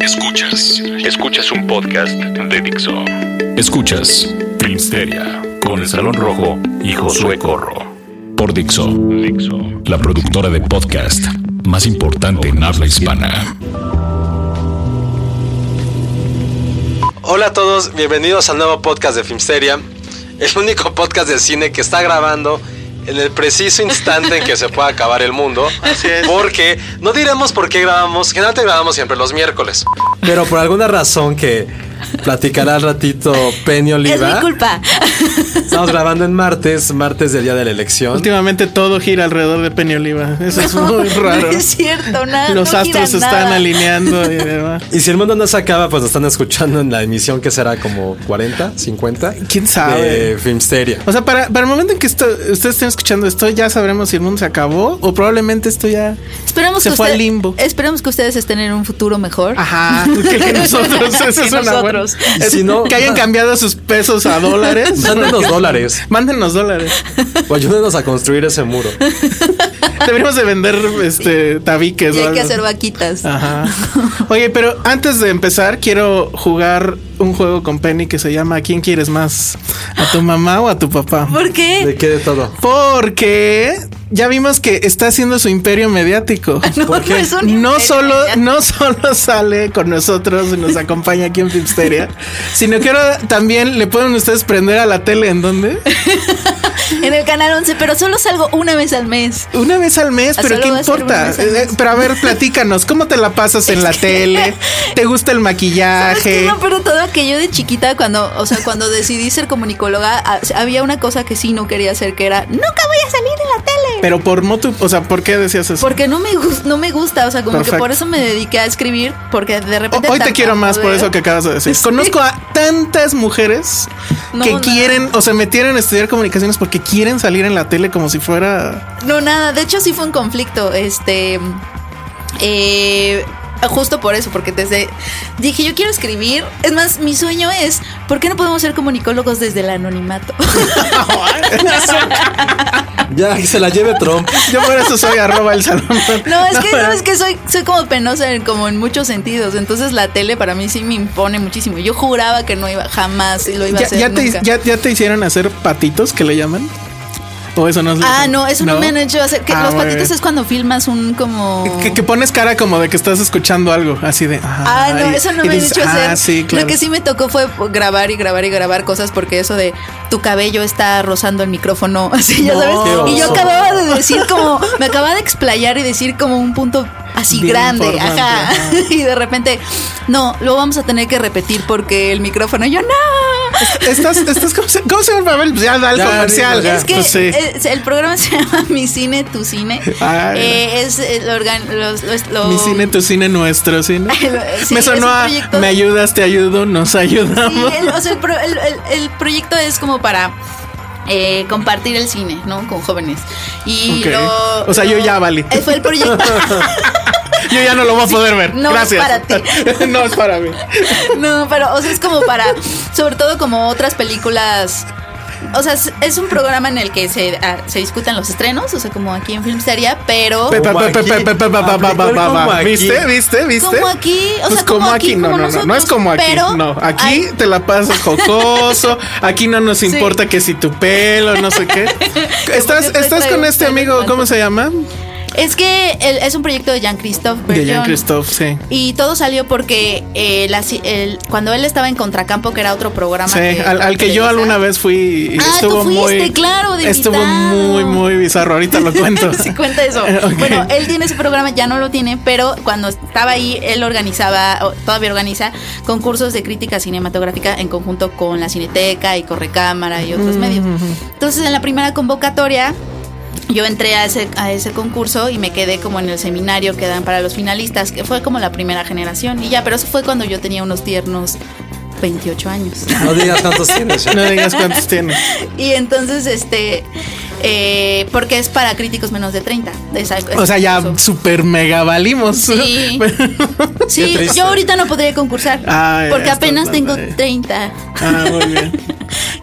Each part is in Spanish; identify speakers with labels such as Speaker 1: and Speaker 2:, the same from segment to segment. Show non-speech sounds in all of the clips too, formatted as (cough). Speaker 1: Escuchas, escuchas un podcast de Dixo. Escuchas Filmsteria con el Salón Rojo y Josué Corro. Por Dixo, Dixo, la productora de podcast más importante en habla hispana.
Speaker 2: Hola a todos, bienvenidos al nuevo podcast de Filmsteria, el único podcast de cine que está grabando en el preciso instante en que se pueda acabar el mundo. Así es. Porque no diremos por qué grabamos, generalmente grabamos siempre los miércoles. Pero por alguna razón que platicará al ratito Peña Oliva.
Speaker 3: Es mi culpa.
Speaker 2: Estamos grabando en martes, martes del día de la elección.
Speaker 4: Últimamente todo gira alrededor de Peña Oliva. Eso es muy
Speaker 3: No
Speaker 4: raro.
Speaker 3: (laughs) es cierto, nada.
Speaker 4: Los
Speaker 3: no
Speaker 4: astros se
Speaker 3: gira
Speaker 4: están
Speaker 3: nada.
Speaker 4: alineando y demás.
Speaker 2: Y si el mundo no se acaba, pues nos están escuchando en la emisión que será como 40, 50.
Speaker 4: ¿Quién sabe?
Speaker 2: De Filmsteria.
Speaker 4: O sea, para, para el momento en que esto, ustedes estén escuchando esto, ya sabremos si el mundo se acabó o probablemente esto ya.
Speaker 3: Esperemos
Speaker 4: Se
Speaker 3: que
Speaker 4: fue al
Speaker 3: usted-
Speaker 4: limbo. Ah,
Speaker 3: Esperemos que ustedes estén en un futuro mejor.
Speaker 4: Ajá, (laughs) que,
Speaker 3: (laughs)
Speaker 4: que nosotros. Eso
Speaker 3: Que
Speaker 4: es una buena-
Speaker 3: nosotros.
Speaker 2: Y si no-
Speaker 4: que hayan cambiado sus pesos a dólares.
Speaker 2: (laughs) Mándenos dólares
Speaker 4: Mándenos dólares.
Speaker 2: o ayúdenos a construir ese muro.
Speaker 4: Deberíamos de vender este tabiques.
Speaker 3: y
Speaker 4: o
Speaker 3: hay que
Speaker 4: algo.
Speaker 3: hacer vaquitas. (laughs)
Speaker 4: Ajá. Oye, pero antes de empezar, quiero jugar un juego con Penny que se llama ¿Quién quieres más? ¿A tu mamá o a tu papá?
Speaker 3: ¿Por
Speaker 2: ¿De
Speaker 3: qué?
Speaker 2: qué de todo?
Speaker 4: Porque ya vimos que está haciendo su imperio
Speaker 3: (laughs)
Speaker 4: mediático.
Speaker 3: ¿Por qué? es un
Speaker 4: No
Speaker 3: imperio
Speaker 4: solo,
Speaker 3: ya.
Speaker 4: no solo sale con nosotros y nos acompaña aquí en Filmsteria, sino que ahora también le pueden ustedes prender a la tele en donde
Speaker 3: En el canal 11, pero solo salgo una vez al mes.
Speaker 4: una vez al mes, pero
Speaker 3: Solo
Speaker 4: ¿qué
Speaker 3: va a ser una
Speaker 4: importa?
Speaker 3: vez al
Speaker 4: Eh,
Speaker 3: mes.
Speaker 4: Pero a ver, platícanos, ¿cómo te la pasas en
Speaker 3: Es
Speaker 4: la
Speaker 3: que- (laughs)
Speaker 4: tele? ¿Te gusta el
Speaker 3: ¿Sabes qué?
Speaker 4: maquillaje?
Speaker 3: No, pero todo que yo de chiquita, cuando, o sea, cuando decidí ser comunicóloga, a- había una cosa que sí no quería hacer, que era nunca voy a salir en la tele.
Speaker 4: Pero por motu, o sea, ¿por qué decías eso?
Speaker 3: Porque no me gusta, no me gusta, o sea, como que
Speaker 4: Perfecto.
Speaker 3: por eso me dediqué a escribir, porque de
Speaker 4: O-
Speaker 3: repente
Speaker 4: Hoy te
Speaker 3: tan-
Speaker 4: quiero más por eso que acabas de decir.
Speaker 3: Sí.
Speaker 4: Conozco a tantas mujeres
Speaker 3: No,
Speaker 4: que
Speaker 3: no.
Speaker 4: quieren o se metieron a estudiar comunicaciones porque quieren salir en la tele como si fuera.
Speaker 3: No, nada, de hecho sí fue un conflicto, este eh, justo por eso, porque desde dije, yo quiero escribir, es más, mi sueño es, ¿por qué no podemos ser comunicólogos desde el anonimato? (laughs)
Speaker 2: Ya que se la lleve Trump.
Speaker 4: Yo por eso soy arroba el salón.
Speaker 3: (laughs) No, es que
Speaker 4: pero-
Speaker 3: sabes que soy, soy como penosa en, como en muchos sentidos. Entonces la tele para mí sí me impone muchísimo. Yo juraba que no iba, jamás lo iba a
Speaker 4: Ya,
Speaker 3: hacer.
Speaker 4: ya te,
Speaker 3: nunca.
Speaker 4: ya, ya te hicieron hacer patitos que le llaman. O eso no es.
Speaker 3: Ah, no, eso no, me han hecho hacer. Que
Speaker 4: Ah,
Speaker 3: los
Speaker 4: muy
Speaker 3: patitos
Speaker 4: bien.
Speaker 3: es cuando filmas un como.
Speaker 4: Que, que pones cara como de que estás escuchando algo así de.
Speaker 3: Ah, no,
Speaker 4: ay,
Speaker 3: eso no
Speaker 4: y
Speaker 3: me han
Speaker 4: dices,
Speaker 3: hecho hacer.
Speaker 4: Ah, sí, claro.
Speaker 3: Lo que sí me tocó fue grabar y grabar y grabar cosas porque eso de tu cabello está rozando el micrófono, (laughs) así ya
Speaker 4: No.
Speaker 3: sabes.
Speaker 2: Qué
Speaker 3: Y yo
Speaker 2: oso.
Speaker 3: acababa de decir como, me acababa de explayar y decir como un punto así
Speaker 4: Bien
Speaker 3: grande,
Speaker 4: importante,
Speaker 3: ajá.
Speaker 4: ajá.
Speaker 3: (laughs) Y de repente, no, lo vamos a tener que repetir porque el micrófono, yo no.
Speaker 4: Estás, estás, ¿cómo se, cómo se llama? Pues ya da el
Speaker 2: Ya,
Speaker 4: comercial.
Speaker 2: digo, ya.
Speaker 3: Es que
Speaker 4: Pues sí.
Speaker 3: es- el programa (laughs) se llama Mi Cine, Tu Cine.
Speaker 4: Ay.
Speaker 3: Eh, es el organ- los- los- lo- eh,
Speaker 4: Mi
Speaker 3: (laughs)
Speaker 4: cine, tu cine, nuestro cine.
Speaker 3: Sí,
Speaker 4: me
Speaker 3: es un
Speaker 4: sonó a
Speaker 3: proyecto
Speaker 4: me
Speaker 3: de-
Speaker 4: ayudas, te ayudo, nos
Speaker 3: Sí,
Speaker 4: ayudamos.
Speaker 3: el, o sea, el, pro- el- el- el proyecto es como para eh, compartir el cine, ¿no? Con jóvenes. Y
Speaker 4: Ok.
Speaker 3: lo-
Speaker 4: O sea, yo
Speaker 3: lo-
Speaker 4: ya valí.
Speaker 3: Eh, Fue
Speaker 4: (laughs)
Speaker 3: el proyecto.
Speaker 4: Yo ya no lo voy a poder ver.
Speaker 3: no,
Speaker 4: Gracias.
Speaker 3: para ti.
Speaker 4: (laughs) no es para mí.
Speaker 3: no, pero, o sea, es como para. Sobre todo como otras películas o sea, es- es un programa en el que se, ah, se discutan los estrenos, o sea, como aquí en Filmsteria,
Speaker 4: (laughs)
Speaker 3: pero
Speaker 4: Pe- pe-
Speaker 2: Como
Speaker 4: pe- pe-
Speaker 2: aquí.
Speaker 4: pe- pe- pe- pe-
Speaker 2: Aplicó el
Speaker 4: pe- pe-
Speaker 2: como
Speaker 4: pe-
Speaker 2: aquí.
Speaker 4: ¿Viste? ¿Viste? ¿Viste?
Speaker 3: como aquí, o
Speaker 4: Pues
Speaker 3: sea, como aquí,
Speaker 4: no,
Speaker 3: como
Speaker 4: no, no, no es
Speaker 3: nosotros,
Speaker 4: como aquí,
Speaker 3: pero
Speaker 4: no, aquí
Speaker 3: hay-
Speaker 4: te la pasas
Speaker 3: (laughs)
Speaker 4: jocoso, aquí no nos importa que si tu pelo, no sé qué. Estás,
Speaker 3: yo te
Speaker 4: estás
Speaker 3: traigo
Speaker 4: con este
Speaker 3: pelo
Speaker 4: amigo,
Speaker 3: igual.
Speaker 4: ¿cómo se llama?
Speaker 3: Es que el- es un proyecto de Jean-Christophe
Speaker 4: De
Speaker 3: Bergeron.
Speaker 4: Jean-Christophe, sí.
Speaker 3: Y todo salió porque eh, la ci- el- cuando él estaba en Contracampo, que era otro programa.
Speaker 4: Sí, al, al que yo
Speaker 3: televisa.
Speaker 4: alguna vez fui y
Speaker 3: Ah, tú
Speaker 4: estuvo
Speaker 3: fuiste,
Speaker 4: muy
Speaker 3: claro, de
Speaker 4: estuvo
Speaker 3: invitado.
Speaker 4: muy muy bizarro, ahorita lo cuento.
Speaker 3: (laughs) Sí, cuenta eso.
Speaker 4: Eh, ok.
Speaker 3: Bueno, él tiene ese programa, ya no lo tiene, pero cuando estaba ahí, él organizaba, o todavía organiza, concursos de crítica cinematográfica en conjunto con la Cineteca y Correcámara y
Speaker 4: Mm,
Speaker 3: otros medios. Entonces, en la primera convocatoria, yo entré a ese, a ese concurso y me quedé como en el seminario que dan para los finalistas, que fue como la primera generación y ya, pero eso fue cuando yo tenía unos tiernos 28 años. (laughs)
Speaker 2: No digas cuántos tienes.
Speaker 4: No digas cuántos tiene.
Speaker 3: Y entonces, este, eh, porque es para críticos menos de 30. Esa-
Speaker 4: O sea, ya
Speaker 3: eso.
Speaker 4: super mega valimos. (laughs)
Speaker 3: Sí.
Speaker 2: Qué
Speaker 3: Sí,
Speaker 2: triste.
Speaker 3: yo ahorita no podría concursar.
Speaker 4: Ay,
Speaker 3: porque
Speaker 4: estás
Speaker 3: apenas
Speaker 4: mal
Speaker 3: tengo
Speaker 4: ahí.
Speaker 3: 30.
Speaker 4: ah, muy bien.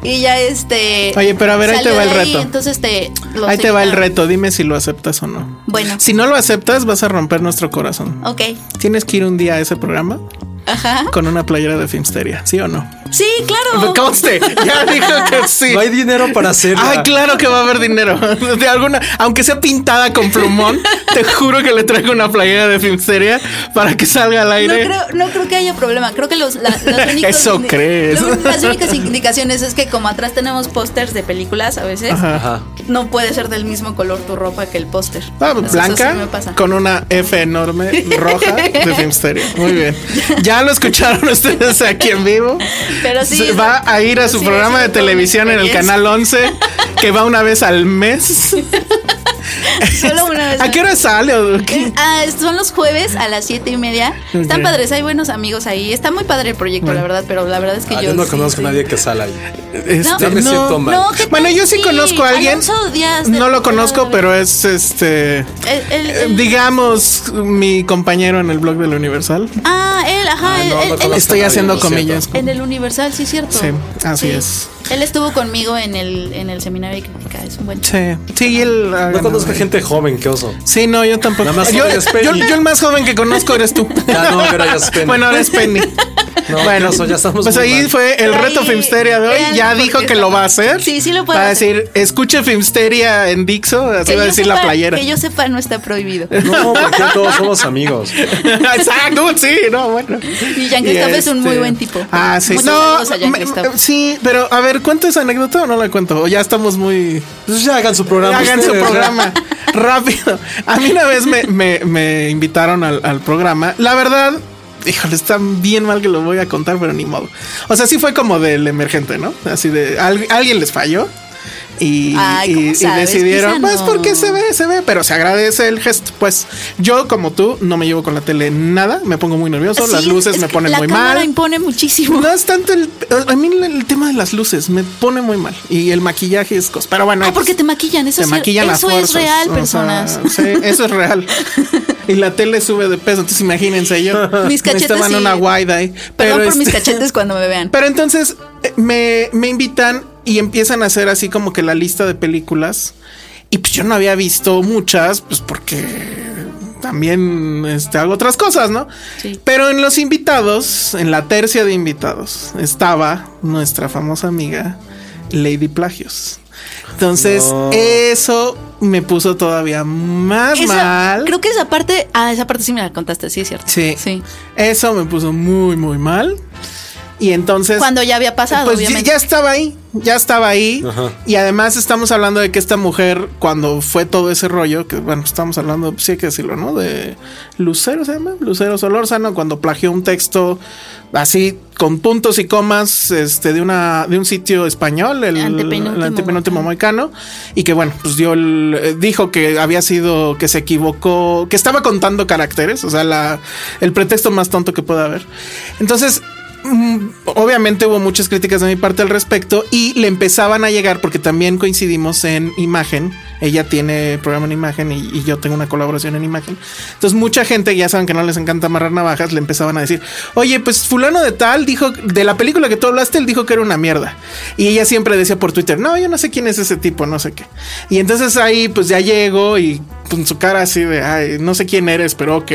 Speaker 3: Y ya este.
Speaker 4: Oye, pero a ver, ahí
Speaker 3: salió
Speaker 4: te va
Speaker 3: de
Speaker 4: el reto.
Speaker 3: entonces te. (laughs) los
Speaker 4: Ahí te va el
Speaker 3: invitaron.
Speaker 4: reto, dime si lo aceptas o no.
Speaker 3: Bueno.
Speaker 4: Si no lo aceptas, vas a romper nuestro corazón.
Speaker 3: Ok.
Speaker 4: Tienes que ir un día a ese programa
Speaker 3: Ajá.
Speaker 4: con una playera de Filmsteria, ¿sí o no?
Speaker 3: Sí, claro.
Speaker 4: Conste, ya dijo que
Speaker 3: (laughs)
Speaker 4: sí.
Speaker 2: No hay dinero para hacerlo.
Speaker 4: Ay, claro que va a haber dinero. (laughs) De alguna, aunque sea pintada con plumón, te juro que le traigo una playera de Filmsteria para que salga al
Speaker 3: No
Speaker 4: aire.
Speaker 3: creo, no creo que haya problema. Creo que los,
Speaker 4: (laughs)
Speaker 3: la- los únicos-
Speaker 4: ¿eh? Eso
Speaker 3: los-
Speaker 4: crees.
Speaker 3: (laughs) las únicas indicaciones es que como atrás tenemos pósters de películas a veces,
Speaker 2: Ajá.
Speaker 3: no puede ser del mismo color tu ropa que el póster.
Speaker 4: Ah,
Speaker 3: Eso sí
Speaker 4: blanca
Speaker 3: me pasa.
Speaker 4: con una F enorme roja de Filmsteria. Muy
Speaker 3: (laughs)
Speaker 4: bien. Ya lo escucharon ustedes aquí en vivo.
Speaker 3: Pero sí,
Speaker 4: Se
Speaker 3: es-
Speaker 4: va a ir a su
Speaker 3: sí,
Speaker 4: programa de
Speaker 3: es una
Speaker 4: televisión en el
Speaker 3: experiencia.
Speaker 4: canal 11, que va una vez al
Speaker 3: (laughs)
Speaker 4: mes.
Speaker 3: Solo una vez.
Speaker 4: ¿A qué hora sale? o qué?
Speaker 3: (laughs) Ah, son los jueves a las siete y media. Están
Speaker 4: Ok.
Speaker 3: padres, hay buenos amigos ahí. Está muy padre el proyecto, la verdad, pero la verdad es que
Speaker 2: Ah,
Speaker 3: yo.
Speaker 2: yo no
Speaker 3: sí,
Speaker 2: conozco
Speaker 3: sí.
Speaker 2: a nadie que sale ahí.
Speaker 3: Eh,
Speaker 4: Este,
Speaker 2: Ya me
Speaker 3: no,
Speaker 2: siento mal.
Speaker 3: no, ¿qué tal?
Speaker 4: Bueno, yo sí conozco a alguien.
Speaker 3: Alonso Díaz de-
Speaker 4: No lo conozco, pero es este.
Speaker 3: Él- él-
Speaker 4: eh,
Speaker 3: él-
Speaker 4: Digamos, mi compañero en el blog del Universal.
Speaker 3: Ah, él, ajá.
Speaker 2: Ah,
Speaker 3: él-
Speaker 2: no, no
Speaker 3: él- él
Speaker 2: conozco
Speaker 3: estuvo
Speaker 4: Estoy haciendo
Speaker 2: lo siento.
Speaker 4: comillas.
Speaker 3: En el Universal, sí, cierto.
Speaker 4: Sí, así es.
Speaker 3: Él estuvo conmigo en el, en el seminario de crítica. Es un buen chico.
Speaker 4: Sí, sí, él. ah,
Speaker 2: No conozco
Speaker 4: no,
Speaker 2: gente joven, qué oso.
Speaker 4: Sí, no, yo tampoco.
Speaker 2: Nada más
Speaker 4: yo,
Speaker 2: eres Penny.
Speaker 4: yo- yo el más joven que conozco eres
Speaker 2: (laughs)
Speaker 4: tú.
Speaker 2: Ya no, gracias, Penny.
Speaker 4: Bueno, ahora
Speaker 2: (laughs)
Speaker 4: es Penny.
Speaker 2: No,
Speaker 4: bueno,
Speaker 2: qué oso, ya estamos
Speaker 4: pues
Speaker 2: muy
Speaker 4: ahí
Speaker 2: mal.
Speaker 4: fue el
Speaker 3: Pero
Speaker 4: reto
Speaker 3: ahí,
Speaker 4: Filmsteria de hoy.
Speaker 3: véanlo
Speaker 4: Ya
Speaker 3: porque
Speaker 4: dijo que
Speaker 3: está-
Speaker 4: lo va a hacer.
Speaker 3: Sí, sí lo puede
Speaker 4: Va a
Speaker 3: hacer.
Speaker 4: decir, escuche Filmsteria en Dixo. Así va a
Speaker 3: yo
Speaker 4: decir la
Speaker 3: sepa-
Speaker 4: playera.
Speaker 3: Que yo sepa, no está prohibido.
Speaker 2: No, porque todos somos amigos.
Speaker 4: (laughs) Exacto, sí, no,
Speaker 3: (laughs)
Speaker 4: bueno. (laughs)
Speaker 3: Y Jean-Christophe es un muy buen tipo.
Speaker 4: Ah, sí.
Speaker 3: Muchas
Speaker 4: No,
Speaker 3: saludos a
Speaker 4: me-
Speaker 3: Jean-Christophe.
Speaker 4: me- sí, pero a ver, ¿cuento esa anécdota o no la cuento? O ya estamos muy...
Speaker 2: Pues ya hagan su programa.
Speaker 4: Hagan su
Speaker 2: ustedes, ya.
Speaker 4: programa. (laughs) Rápido. A mí una vez me, me- me invitaron al, al programa. La verdad, híjole, está bien mal que lo voy a contar, pero ni modo. O sea, sí fue como del emergente, ¿no? Así de al- alguien les falló. Y,
Speaker 3: Ay, ¿cómo
Speaker 4: y- y
Speaker 3: sabes?
Speaker 4: decidieron,
Speaker 3: Quizá
Speaker 4: pues
Speaker 3: no.
Speaker 4: porque se ve, se ve, pero se agradece el gesto. Pues yo, como tú, no me llevo con la tele nada, me pongo muy nervioso, las
Speaker 3: Sí,
Speaker 4: luces
Speaker 3: es
Speaker 4: me
Speaker 3: que
Speaker 4: ponen
Speaker 3: la
Speaker 4: muy
Speaker 3: cámara
Speaker 4: mal.
Speaker 3: impone muchísimo.
Speaker 4: No es tanto el. A mí el, el tema de las luces me pone muy mal. Y el maquillaje es cosa. Pero bueno.
Speaker 3: Ah, porque te maquillan, eso
Speaker 4: pues, te
Speaker 3: sí-
Speaker 4: maquillan a
Speaker 3: eso es
Speaker 4: fuerzas,
Speaker 3: real,
Speaker 4: o sea,
Speaker 3: personas.
Speaker 4: sí, eso es real. Y la tele sube de peso. Entonces imagínense yo.
Speaker 3: Mis
Speaker 4: me
Speaker 3: cachetes
Speaker 4: Estaban
Speaker 3: sí.
Speaker 4: una guaida ahí.
Speaker 3: (laughs) Perdón por
Speaker 4: este-
Speaker 3: mis cachetes cuando
Speaker 4: (laughs)
Speaker 3: me vean.
Speaker 4: Pero entonces eh, me, me invitan y empiezan a hacer así como que la lista de películas. Y pues yo no había visto muchas, pues porque también este, hago otras cosas, ¿no?
Speaker 3: Sí.
Speaker 4: Pero en los invitados, en la tercia de invitados, estaba nuestra famosa amiga Lady Plagios. Entonces, eso me puso todavía más
Speaker 3: Esa-
Speaker 4: mal.
Speaker 3: Creo que esa parte, ah, esa parte sí me la contaste, sí es cierto.
Speaker 4: Sí.
Speaker 3: Sí.
Speaker 4: Eso me puso muy, muy mal. Y entonces.
Speaker 3: Cuando ya había pasado,
Speaker 4: Pues ya,
Speaker 3: obviamente.
Speaker 4: ya estaba ahí, ya estaba ahí. Y además estamos hablando de que esta mujer, cuando fue todo ese rollo, que bueno, estamos hablando, pues sí hay que decirlo, ¿no? De Lucero se llama, Lucero Solórzano, cuando plagió un texto así con puntos y comas este, de, una, de un sitio español, el,
Speaker 3: Antepenúltimo
Speaker 4: el antepenúltimo
Speaker 3: Moicano.
Speaker 4: Moicano, y que bueno, pues dio el- eh, dijo que había sido, que se equivocó, que estaba contando caracteres, o sea, la, el pretexto más tonto que pueda haber. Entonces, mm, obviamente hubo muchas críticas de mi parte al respecto y le empezaban a llegar porque también coincidimos en imagen. Ella tiene programa en imagen y, y yo tengo una colaboración en imagen. Entonces mucha gente, ya saben que no les encanta amarrar navajas, le empezaban a decir, oye, pues fulano de tal dijo, de la película que tú hablaste, él dijo que era una mierda. Y ella siempre decía por Twitter, no, yo no sé quién es ese tipo, no sé qué. Y entonces ahí pues ya llego y con su cara así de, ay, no sé quién eres, pero ok.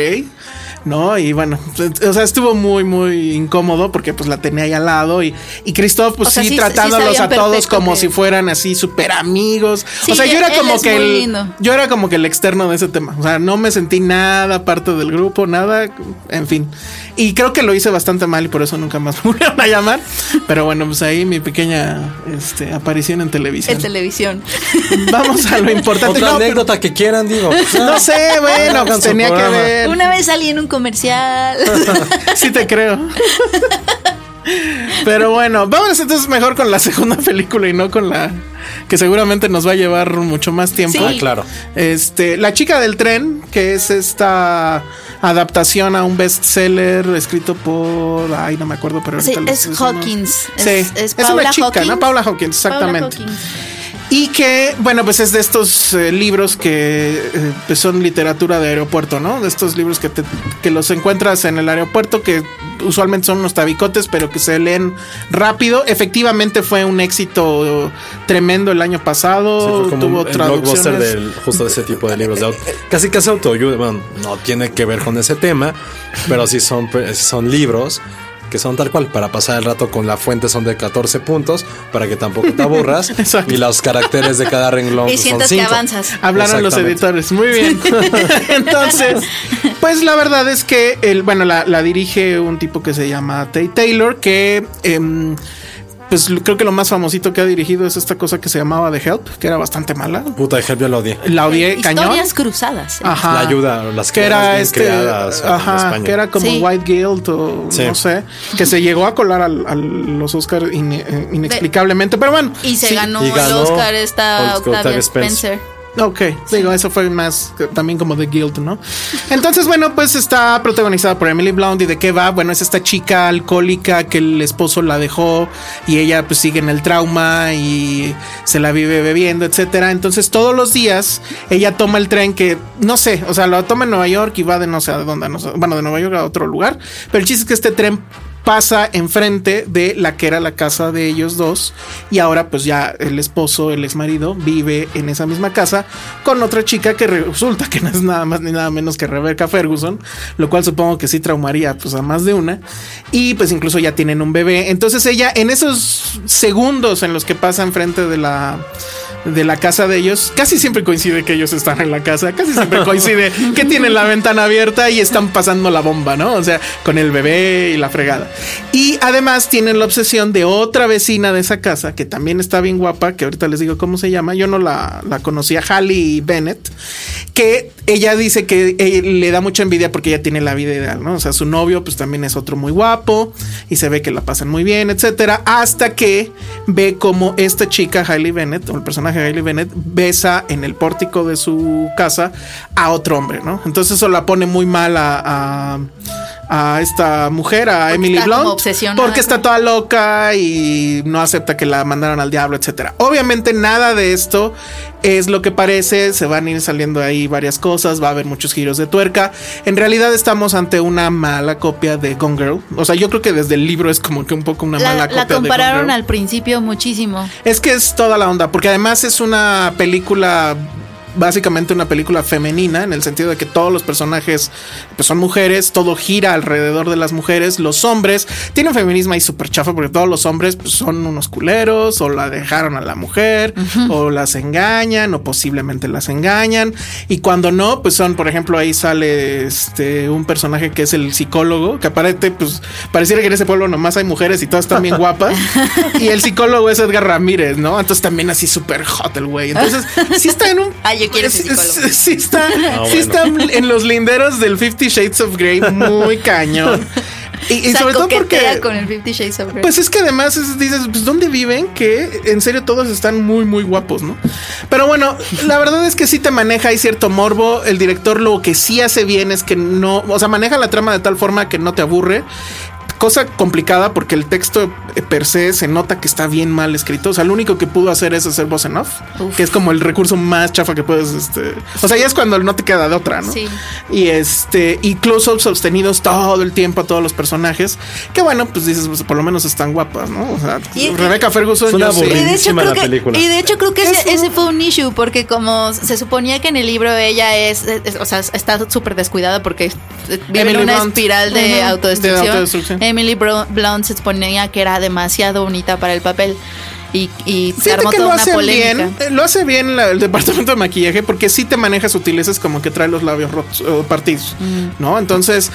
Speaker 4: ¿no? Y bueno, pues, o sea, estuvo muy, muy incómodo porque pues la tenía ahí al lado y, y Christoph, pues
Speaker 3: O sea,
Speaker 4: sí,
Speaker 3: sí- sí
Speaker 4: tratándolos a
Speaker 3: sabían
Speaker 4: todos
Speaker 3: perfecto
Speaker 4: como
Speaker 3: que-
Speaker 4: si fueran así súper amigos.
Speaker 3: Sí,
Speaker 4: o sea, yo era
Speaker 3: él
Speaker 4: como
Speaker 3: es
Speaker 4: que
Speaker 3: muy
Speaker 4: el,
Speaker 3: lindo.
Speaker 4: yo era como que el externo de ese tema. O sea, no me sentí nada parte del grupo, nada, en fin. Y creo que lo hice bastante mal y por eso nunca más (laughs) me volvieron a llamar. Pero bueno, pues ahí mi pequeña este, aparición en televisión. (laughs)
Speaker 3: En televisión.
Speaker 4: Vamos a lo importante.
Speaker 5: Otra
Speaker 4: No, pero-
Speaker 5: anécdota que quieran, digo.
Speaker 4: no sé, bueno,
Speaker 5: Hagan
Speaker 4: pues
Speaker 5: su
Speaker 4: tenía que
Speaker 5: programa.
Speaker 4: ver.
Speaker 3: Una vez salí en
Speaker 4: (laughs)
Speaker 3: un comercial.
Speaker 4: Sí te creo. Pero bueno, vámonos entonces mejor con la segunda película y no con la que seguramente nos va a llevar mucho más tiempo.
Speaker 5: Ah, claro.
Speaker 4: Este, La chica del tren, que es esta adaptación a un bestseller escrito por, ay, no me acuerdo, pero
Speaker 3: Sí,
Speaker 4: ahorita les
Speaker 3: es
Speaker 4: decimos.
Speaker 3: Hawkins.
Speaker 4: Sí,
Speaker 3: Es, es
Speaker 4: es
Speaker 3: Paula
Speaker 4: una chica,
Speaker 3: Hawkins.
Speaker 4: ¿no? Paula Hawkins, exactamente.
Speaker 3: Paula Hawkins.
Speaker 4: Y que, bueno, pues es de estos eh, libros que eh, pues son literatura de aeropuerto, ¿no? De estos libros que, te- que los encuentras en el aeropuerto, que usualmente son unos tabicotes, pero que se leen rápido. Efectivamente fue un éxito tremendo el año
Speaker 5: Sí,
Speaker 4: pasado.
Speaker 5: fue como
Speaker 4: tuvo
Speaker 5: un- el blockbuster
Speaker 4: traducciones.
Speaker 5: del, justo de ese tipo de libros de auto. Casi casi autoayuda. Bueno, no tiene que ver con ese tema, pero sí son, pe- son libros que son tal cual para pasar el rato con la fuente son de 14 puntos para que tampoco te aburras
Speaker 4: (laughs) Exacto.
Speaker 5: y los caracteres de cada renglón
Speaker 3: Y
Speaker 5: pues, son
Speaker 3: sientas que
Speaker 5: cinco.
Speaker 3: avanzas.
Speaker 4: Hablaron los
Speaker 5: Exactamente.
Speaker 4: editores.
Speaker 5: (laughs)
Speaker 4: Muy bien. Entonces, pues la verdad es que el, bueno, la, la dirige un tipo que se llama Tay Taylor, que em, pues lo- creo que lo más famosito que ha dirigido es esta cosa que se llamaba The Help, que era bastante mala.
Speaker 5: Puta, de yo lo odié.
Speaker 4: La odié cañón.
Speaker 3: Eh,
Speaker 4: Ah,
Speaker 3: Historias cruzadas. ¿eh?
Speaker 4: Ajá.
Speaker 5: La ayuda, las
Speaker 4: que
Speaker 5: creadas
Speaker 4: era
Speaker 5: bien
Speaker 4: este,
Speaker 5: creadas, en
Speaker 4: ajá,
Speaker 5: España.
Speaker 4: que era como
Speaker 3: Sí.
Speaker 4: White Guild o
Speaker 5: Sí.
Speaker 4: no sé, que se llegó a colar al- a los Oscars inexplicablemente, pero bueno.
Speaker 3: Y se
Speaker 4: sí.
Speaker 3: ganó,
Speaker 5: Y ganó
Speaker 3: el Oscar esta
Speaker 5: Octavia
Speaker 3: Octavia
Speaker 5: Spencer.
Speaker 3: Spencer.
Speaker 4: Ok, digo, eso fue más que- también como de Guild, ¿no? Entonces, bueno, pues está protagonizada por Emily Blount y de qué va. Bueno, es esta chica alcohólica que el esposo la dejó y ella pues sigue en el trauma y se la vive bebiendo, etcétera. Entonces, todos los días ella toma el tren que no sé, o sea, lo toma en Nueva York y va de no sé a dónde, no sé, bueno, de Nueva York a otro lugar. Pero el chiste es que este tren pasa enfrente de la que era la casa de ellos dos y ahora pues ya el esposo, el ex marido vive en esa misma casa con otra chica que resulta que no es nada más ni nada menos que Rebecca Ferguson, lo cual supongo que sí traumaría pues a más de una y pues incluso ya tienen un bebé, entonces ella en esos segundos en los que pasa enfrente de la de la casa de ellos, casi siempre coincide que ellos están en la casa, casi siempre coincide que tienen la ventana abierta y están pasando la bomba, ¿no? O sea, con el bebé y la fregada. Y además tienen la obsesión de otra vecina de esa casa, que también está bien guapa, que ahorita les digo cómo se llama, yo no la, la conocía, Hallie Bennett, que ella dice que eh, le da mucha envidia porque ella tiene la vida ideal, ¿no? O sea, su novio pues también es otro muy guapo y se ve que la pasan muy bien, etcétera, hasta que ve como esta chica Hailey Bennett, o el personaje de Hailey Bennett, besa en el pórtico de su casa a otro hombre, ¿no? Entonces eso la pone muy mal a, a- a esta mujer, a Emily
Speaker 3: está como
Speaker 4: Blunt,
Speaker 3: obsesionada
Speaker 4: porque está
Speaker 3: con-
Speaker 4: toda loca y no acepta que la mandaron al diablo, etcétera. Obviamente nada de esto es lo que parece, se van a ir saliendo ahí varias cosas, va a haber muchos giros de tuerca. En realidad estamos ante una mala copia de Gone Girl. O sea, yo creo que desde el libro es como que un poco una
Speaker 3: La,
Speaker 4: mala
Speaker 3: la
Speaker 4: copia de Gone
Speaker 3: compararon
Speaker 4: Girl.
Speaker 3: al principio muchísimo.
Speaker 4: Es que es toda la onda, porque además es una película básicamente una película femenina en el sentido de que todos los personajes pues, son mujeres, todo gira alrededor de las mujeres, los hombres tienen feminismo ahí súper chafa porque todos los hombres pues, son unos culeros o la dejaron a la mujer o las engañan o posiblemente las engañan y cuando no pues son por ejemplo ahí sale este un personaje que es el psicólogo que aparente pues pareciera que en ese pueblo nomás hay mujeres y todas están bien
Speaker 3: (laughs)
Speaker 4: guapas y el psicólogo es Edgar Ramírez no entonces también así súper hot el güey entonces sí está en un
Speaker 3: (laughs) Ah, yo quiero
Speaker 4: Sí,
Speaker 3: ser psicólogo. Ah,
Speaker 4: sí, sí está, sí está en los linderos del Fifty Shades of Grey muy cañón. Y, y
Speaker 3: O sea,
Speaker 4: sobre todo
Speaker 3: coquetea
Speaker 4: porque...
Speaker 3: con el Fifty Shades of Grey.
Speaker 4: Pues es que además es- dices, pues ¿dónde viven? Que en serio todos están muy, muy guapos, ¿no? Pero bueno, la verdad es que sí te maneja, hay cierto morbo. El director lo que sí hace bien es que no, o sea, maneja la trama de tal forma que no te aburre. cosa complicada porque el texto eh, per se se nota que está bien mal escrito. O sea, lo único que pudo hacer es hacer voz en off,
Speaker 3: Uf.
Speaker 4: que es como el recurso más chafa que puedes. Este, o sea, ya es cuando no te queda de otra, ¿no?
Speaker 3: Sí.
Speaker 4: Y este, y close-ups sostenidos todo el tiempo a todos los personajes. Que bueno, pues dices, pues, por lo menos están guapas, ¿no? O sea,
Speaker 3: Y-
Speaker 4: Rebeca Ferguson.
Speaker 5: Son
Speaker 4: yo sí.
Speaker 3: Y de, hecho,
Speaker 5: Buenísima
Speaker 3: creo
Speaker 5: la
Speaker 3: que,
Speaker 5: película.
Speaker 3: y de hecho creo que ese, ese fue un issue porque como se suponía que en el libro ella es, es- o sea, está súper descuidada porque eh, vive en
Speaker 4: Emily
Speaker 3: una
Speaker 4: Blunt.
Speaker 3: espiral de,
Speaker 4: Ujú.
Speaker 3: autodestrucción.
Speaker 4: De autodestrucción.
Speaker 3: Emily Bro- Blunt se suponía que era demasiado bonita para el papel y, y se
Speaker 4: Fíjate
Speaker 3: armó
Speaker 4: que
Speaker 3: toda
Speaker 4: lo
Speaker 3: una
Speaker 4: hacen
Speaker 3: polémica.
Speaker 4: bien, eh, lo hace bien la- el departamento de maquillaje porque sí te maneja sutilezas como que trae los labios rotos o partidos,
Speaker 3: Mm.
Speaker 4: ¿no? Entonces,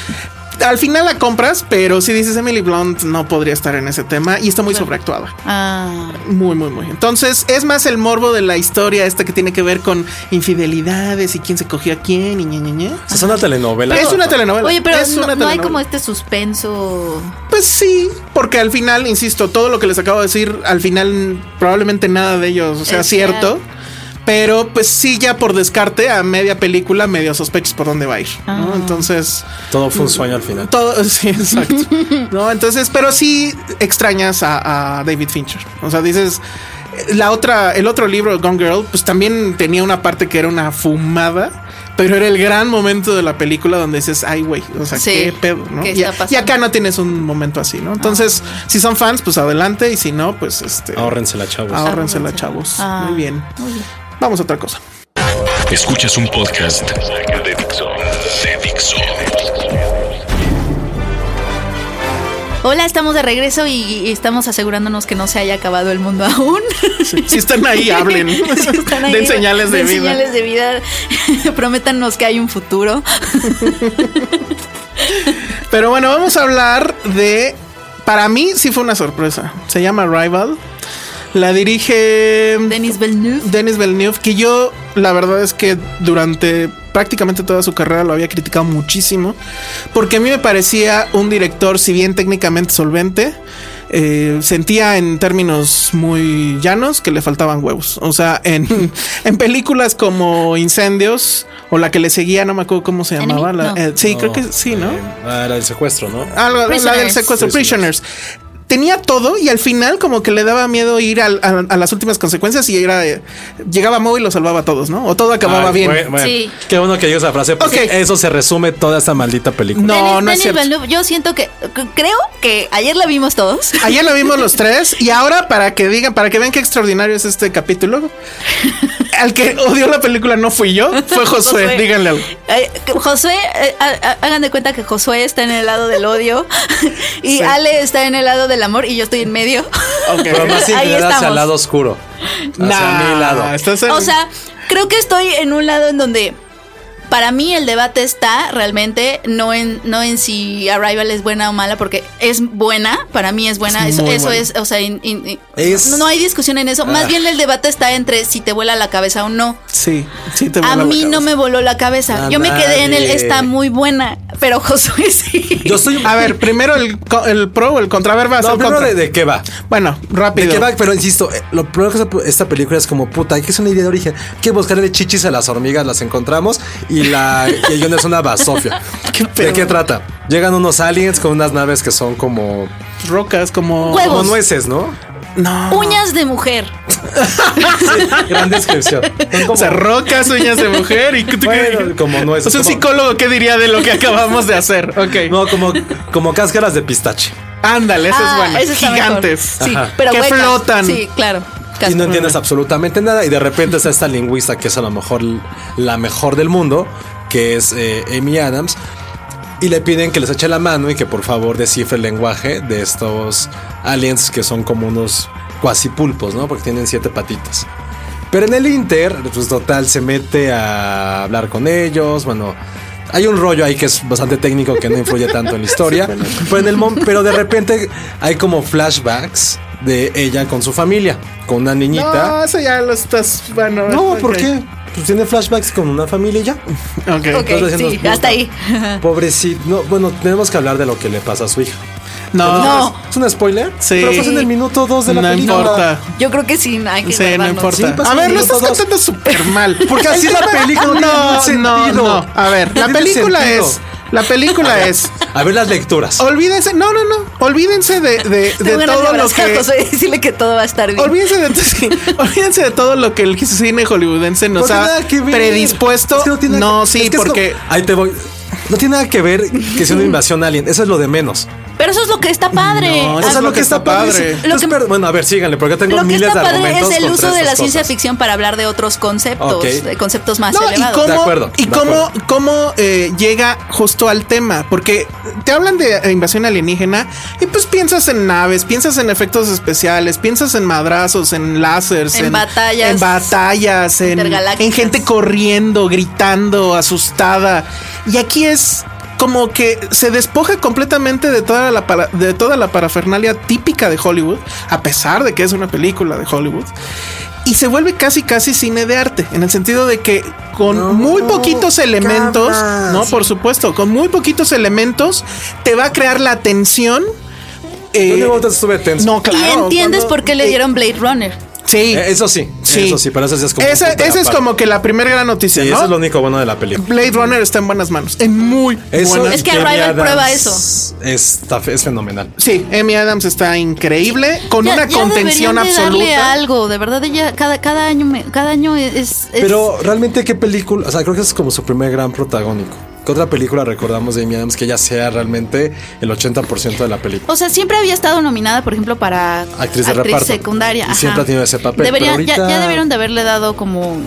Speaker 4: al final la compras, pero si dices Emily Blunt no podría estar en ese tema y está muy sobreactuada.
Speaker 3: Ah,
Speaker 4: Muy, muy, muy. Entonces, es más el morbo de la historia esta que tiene que ver con infidelidades y quién se cogió a quién y ñe, ñe, ñe.
Speaker 5: O sea, es una telenovela.
Speaker 4: Es una telenovela.
Speaker 3: Oye, pero
Speaker 4: es
Speaker 3: no,
Speaker 4: una
Speaker 3: no hay
Speaker 4: telenovela.
Speaker 3: como este suspenso.
Speaker 4: Pues sí, porque al final, insisto, todo lo que les acabo de decir, al final probablemente nada de ellos sea
Speaker 3: Es
Speaker 4: cierto.
Speaker 3: real.
Speaker 4: Pero pues sí, ya por descarte, a media película, medio sospechas por dónde va a ir.
Speaker 3: Ah.
Speaker 4: ¿no? Entonces,
Speaker 5: Todo fue un sueño al final.
Speaker 4: todo, (laughs) sí,
Speaker 3: (laughs)
Speaker 4: exacto. ¿No? Entonces, pero sí extrañas a, a David Fincher. O sea, dices, la otra, el otro libro, Gone Girl, pues también tenía una parte que era una fumada. Pero era el gran momento de la película donde dices, ay, güey, o sea,
Speaker 3: Sí,
Speaker 4: qué pedo, ¿no?
Speaker 3: ¿qué
Speaker 4: y,
Speaker 3: está
Speaker 4: y
Speaker 3: pasando? Ah.
Speaker 4: acá no tienes un momento así, ¿no? Entonces, si son fans, pues adelante, y si no, pues este.
Speaker 5: Ahórrensela, chavos.
Speaker 4: Ahórrensela, chavos.
Speaker 3: Ah,
Speaker 4: Muy bien.
Speaker 3: muy bien.
Speaker 4: Vamos a otra cosa.
Speaker 1: Escuchas un podcast de Dixo. De Dixo.
Speaker 3: Hola, estamos de regreso y, y estamos asegurándonos que no se haya acabado el mundo (laughs) aún.
Speaker 4: Si están
Speaker 3: (laughs)
Speaker 4: ahí, hablen.
Speaker 3: Si están
Speaker 4: (laughs)
Speaker 3: ahí,
Speaker 4: Den señales de
Speaker 3: den
Speaker 4: vida.
Speaker 3: señales de vida. (laughs) Prométanos que hay un futuro.
Speaker 4: Pero bueno, vamos a hablar de. Para mí sí fue una sorpresa. Se llama Rival. La dirige
Speaker 3: Denis Villeneuve.
Speaker 4: Denis Villeneuve, que yo la verdad es que durante prácticamente toda su carrera lo había criticado muchísimo, porque a mí me parecía un director, si bien técnicamente solvente, eh, sentía en términos muy llanos que le faltaban huevos. O sea, en, (laughs) en películas como Incendios o la que le seguía, no me acuerdo cómo se
Speaker 3: Enemy,
Speaker 4: llamaba. la-
Speaker 3: no.
Speaker 4: eh, sí,
Speaker 5: No,
Speaker 4: creo que sí, ¿no?
Speaker 5: eh, ah, era el secuestro, ¿no?
Speaker 4: Algo, la del
Speaker 3: Prisoners.
Speaker 4: secuestro,
Speaker 5: Prisoners.
Speaker 4: Prisoners. Tenía todo y al final como que le daba miedo ir al- a, a las últimas consecuencias y era eh, llegaba Moe y lo salvaba a todos, ¿no? O todo acababa
Speaker 5: Ay,
Speaker 4: bien.
Speaker 5: Ah, bueno, bueno.
Speaker 3: Sí.
Speaker 5: Qué bueno que digas esa frase. Porque
Speaker 4: Ok.
Speaker 5: eso se resume toda esta maldita película.
Speaker 4: No,
Speaker 3: Denis-
Speaker 4: no es
Speaker 3: Denis
Speaker 4: cierto.
Speaker 3: Villeneuve, yo siento que, que- creo que ayer la vimos todos.
Speaker 4: Ayer lo vimos los tres y ahora para que digan, para que vean qué extraordinario es este
Speaker 3: (laughs)
Speaker 4: capítulo, al que odió la película no fui yo,
Speaker 3: (laughs)
Speaker 4: fue Josué,
Speaker 3: Josué.
Speaker 4: díganle algo.
Speaker 3: Eh, que Josué, eh, ha- ha- hagan de cuenta que Josué está en el lado del odio (laughs) y
Speaker 4: Sí.
Speaker 3: Ale está en el lado del amor y yo estoy en medio. (laughs)
Speaker 5: Pero más
Speaker 3: Ahí
Speaker 5: inclinada hacia
Speaker 3: estamos.
Speaker 5: el lado oscuro. Hacia
Speaker 4: Nah,
Speaker 5: mi lado.
Speaker 4: estás en-
Speaker 3: O sea, creo que estoy en un lado en donde para mí el debate está realmente no en no en si Arrival es buena o mala porque es buena, para mí es buena,
Speaker 4: Es
Speaker 3: eso,
Speaker 4: muy
Speaker 3: eso
Speaker 4: buena. Ah.
Speaker 3: es, o sea, in- in- in-
Speaker 5: Es-
Speaker 3: no, no hay discusión en eso, más bien el debate está entre si te vuela la cabeza o no.
Speaker 4: Sí, sí te
Speaker 3: A
Speaker 4: volaba
Speaker 3: mí
Speaker 4: la
Speaker 3: no
Speaker 4: cabeza.
Speaker 3: me voló la cabeza.
Speaker 5: A
Speaker 3: Yo me quedé en el
Speaker 5: nadie.
Speaker 3: está muy buena, pero (laughs) Josué sí.
Speaker 5: Yo estoy.
Speaker 4: A ver, primero el, co- el pro o el contra. A ver, vas
Speaker 5: No,
Speaker 4: al
Speaker 5: primero
Speaker 4: contra.
Speaker 5: de, de qué va.
Speaker 4: Bueno,
Speaker 5: De
Speaker 4: rápido.
Speaker 5: qué va, pero insisto, eh, lo peor que esta- esta película es como puta, hay que es una idea de origen. Hay que buscarle chichis a las hormigas, las encontramos y la y el guion es una basofia.
Speaker 4: Qué
Speaker 5: ¿De (laughs)
Speaker 4: pedo.
Speaker 5: qué trata? Llegan unos aliens con unas naves que son como,
Speaker 4: Rocas como...
Speaker 3: Huevos.
Speaker 5: como nueces, ¿no?
Speaker 4: No.
Speaker 3: Uñas de mujer.
Speaker 5: (laughs) Gran descripción. Son como-
Speaker 4: O sea, rocas, uñas de mujer y
Speaker 5: (laughs) Bueno, como nueces,
Speaker 4: O sea, un
Speaker 5: como-
Speaker 4: psicólogo, ¿qué diría de lo que acabamos
Speaker 5: (laughs)
Speaker 4: de hacer? Ok.
Speaker 5: no, como, como cáscaras de pistache.
Speaker 4: Ándale, eso
Speaker 3: Ah,
Speaker 4: es bueno.
Speaker 3: esa está
Speaker 4: Gigantes.
Speaker 3: mejor. Sí,
Speaker 5: Ajá.
Speaker 3: pero
Speaker 4: Que
Speaker 3: huecas.
Speaker 4: flotan.
Speaker 3: Sí, claro.
Speaker 5: Y no
Speaker 3: Casper.
Speaker 5: entiendes absolutamente nada. Y de repente está esta lingüista que es a lo mejor l- la mejor del mundo, que es eh, Amy Adams. Y le piden que les eche la mano y que por favor descifre el lenguaje de estos aliens que son como unos cuasi pulpos, ¿no? Porque tienen siete patitas. Pero en el Inter, pues total, se mete a hablar con ellos. Bueno, hay un rollo ahí que es bastante técnico que no influye tanto en la historia. pero, en el mom- pero de repente hay como flashbacks de ella con su familia, con una
Speaker 4: No,
Speaker 5: niñita.
Speaker 4: eso ya lo estás... Bueno,
Speaker 5: No, ¿por
Speaker 4: ok.
Speaker 5: qué? Pues tiene flashbacks con una familia y ya.
Speaker 4: Ok.
Speaker 3: Ok,
Speaker 5: Entonces,
Speaker 3: sí,
Speaker 5: nos-
Speaker 3: hasta ahí.
Speaker 4: Ah.
Speaker 5: Pobrecito. No, bueno, tenemos que hablar de lo que le pasa a su hija.
Speaker 4: No.
Speaker 3: No.
Speaker 5: ¿Es un spoiler?
Speaker 4: Oh. Sí.
Speaker 5: Pero fue en el minuto 2 de la
Speaker 4: No
Speaker 5: película.
Speaker 4: importa.
Speaker 3: Yo creo que sí, hay que
Speaker 4: Sí, no
Speaker 3: guardarnos.
Speaker 4: importa.
Speaker 5: Sí, pasa
Speaker 4: a ver, lo
Speaker 5: los
Speaker 4: estás
Speaker 5: dos.
Speaker 4: contando súper mal.
Speaker 3: (laughs)
Speaker 5: Porque así la película no tiene
Speaker 4: No,
Speaker 5: ningún
Speaker 4: no,
Speaker 5: sentido.
Speaker 4: no. A ver, la
Speaker 5: No tiene
Speaker 4: película
Speaker 5: sentido.
Speaker 4: es La película es.
Speaker 5: (laughs) A ver las lecturas.
Speaker 4: Olvídense, no, no, no. Olvídense de, de,
Speaker 3: Tengo
Speaker 4: de
Speaker 3: ganas de
Speaker 4: todo lo
Speaker 3: abrazar a
Speaker 4: que.
Speaker 3: José y decirle que todo va a estar bien.
Speaker 4: Olvídense de, (laughs) sí, olvídense de todo lo que el cine hollywoodense
Speaker 5: No
Speaker 4: nos
Speaker 5: tiene
Speaker 4: ha
Speaker 5: nada que ver.
Speaker 4: predispuesto.
Speaker 5: Es que
Speaker 4: no,
Speaker 5: tiene nada que-
Speaker 4: sí,
Speaker 5: es que es lo-
Speaker 4: porque.
Speaker 5: ahí te voy. No tiene nada que ver que (laughs) sea una invasión alien. Eso es lo de menos.
Speaker 3: Pero eso es lo que está padre.
Speaker 4: No,
Speaker 5: O
Speaker 4: eso
Speaker 3: Ah,
Speaker 5: sea, lo que está padre.
Speaker 4: padre.
Speaker 5: Entonces,
Speaker 3: Lo que-
Speaker 5: pero- bueno, a ver, síganle, porque tengo
Speaker 3: Lo que
Speaker 5: miles
Speaker 3: está
Speaker 5: de
Speaker 3: padre
Speaker 5: argumentos.
Speaker 3: es el
Speaker 5: contra
Speaker 3: uso de
Speaker 5: estas
Speaker 3: la ciencia
Speaker 5: cosas.
Speaker 3: ficción para hablar de otros conceptos,
Speaker 5: Ok.
Speaker 3: de conceptos más
Speaker 4: No, y
Speaker 3: elevados.
Speaker 4: cómo,
Speaker 5: De acuerdo,
Speaker 4: y
Speaker 5: de
Speaker 4: cómo,
Speaker 5: acuerdo.
Speaker 4: cómo, eh, llega justo al tema, porque te hablan de eh, invasión alienígena y pues piensas en naves, piensas en efectos especiales, piensas en madrazos, en lásers,
Speaker 3: En batallas
Speaker 4: en batallas, en,
Speaker 3: intergalácticas.
Speaker 4: en gente corriendo, gritando, asustada. Y aquí es como que se despoja completamente de toda la para- de toda la parafernalia típica de Hollywood, a pesar de que es una película de Hollywood y se vuelve casi casi cine de arte en el sentido de que con muy poquitos elementos, no, por supuesto, con muy poquitos elementos te va a crear la tensión. eh,
Speaker 5: ¿Dónde vos te estuve tenso?
Speaker 4: no, claro.
Speaker 3: y entiendes
Speaker 4: cuando- eh,
Speaker 3: por qué le dieron Blade Runner.
Speaker 4: Sí,
Speaker 5: Eh, eso sí,
Speaker 4: sí.
Speaker 5: eso sí, pero eso sí es como. un
Speaker 4: Esa,
Speaker 5: punto
Speaker 4: esa es
Speaker 5: aparte.
Speaker 4: como que la primera gran noticia,
Speaker 5: Sí,
Speaker 4: ¿no?
Speaker 5: eso es lo único bueno de la película.
Speaker 4: Blade Runner está en buenas manos, en muy
Speaker 5: Eso
Speaker 4: buenas.
Speaker 3: Es que
Speaker 5: Amy
Speaker 3: Arrival
Speaker 5: Adams
Speaker 3: prueba eso.
Speaker 5: está fe- es fenomenal.
Speaker 4: Sí, Amy Adams está increíble con
Speaker 3: Ya-
Speaker 4: una
Speaker 3: ya
Speaker 4: contención
Speaker 3: deberían de darle
Speaker 4: absoluta.
Speaker 3: algo, de verdad ella cada cada año me- cada año es, es-
Speaker 5: Pero realmente, ¿qué película? O sea, creo que es como su primer gran protagónico. ¿Qué otra película recordamos de Amy Adams que ella sea realmente el 80% de la película?
Speaker 3: O sea, siempre había estado nominada, por ejemplo, para
Speaker 5: Actriz de reparto.
Speaker 3: secundaria.
Speaker 5: Y siempre ha tenido ese papel,
Speaker 3: Debería-
Speaker 5: pero
Speaker 3: ya- ya,
Speaker 5: ahorita-
Speaker 3: debieron de haberle dado como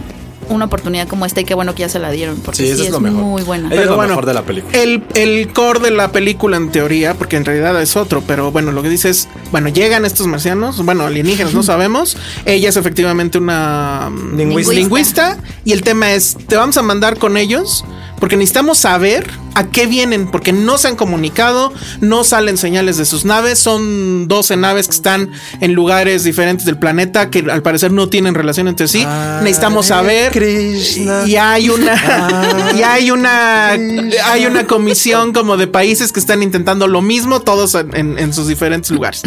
Speaker 3: una oportunidad como esta y qué bueno que ya se la dieron, porque
Speaker 5: Sí,
Speaker 3: sí,
Speaker 5: eso
Speaker 3: es,
Speaker 5: es lo mejor.
Speaker 3: muy buena.
Speaker 5: Ella es lo mejor de la película.
Speaker 4: El, el core de la película, en teoría, porque en realidad es otro, pero bueno, lo que dice es: bueno, llegan estos marcianos, bueno, alienígenas, no sabemos. Ella es efectivamente una mm,
Speaker 3: Lingüista.
Speaker 4: lingüista, y el tema es: te vamos a mandar con ellos porque necesitamos saber a qué vienen, porque no se han comunicado, no salen señales de sus naves. Son 12 naves que están en lugares diferentes del planeta que al parecer no tienen relación entre sí. necesitamos saber.
Speaker 5: Krishna. Ah.
Speaker 4: Y hay una, y hay una, hay una comisión como de países que están intentando lo mismo, todos en, en- en sus diferentes lugares.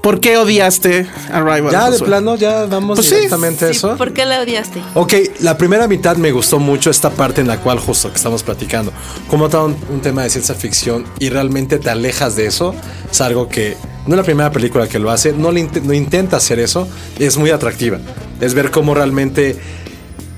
Speaker 4: ¿Por qué odiaste Arrival?
Speaker 5: Ya de
Speaker 4: Josué?
Speaker 5: plano, ya damos
Speaker 4: Pues sí.
Speaker 5: directamente a
Speaker 3: Sí,
Speaker 5: eso.
Speaker 3: ¿Por qué la odiaste?
Speaker 5: Ok, la primera mitad me gustó mucho esta parte en la cual justo que estamos platicando, como está un, un tema de ciencia ficción y realmente te alejas de eso, es algo que no es la primera película que lo hace, no, le inte- no intenta hacer eso, es muy atractiva, es ver cómo realmente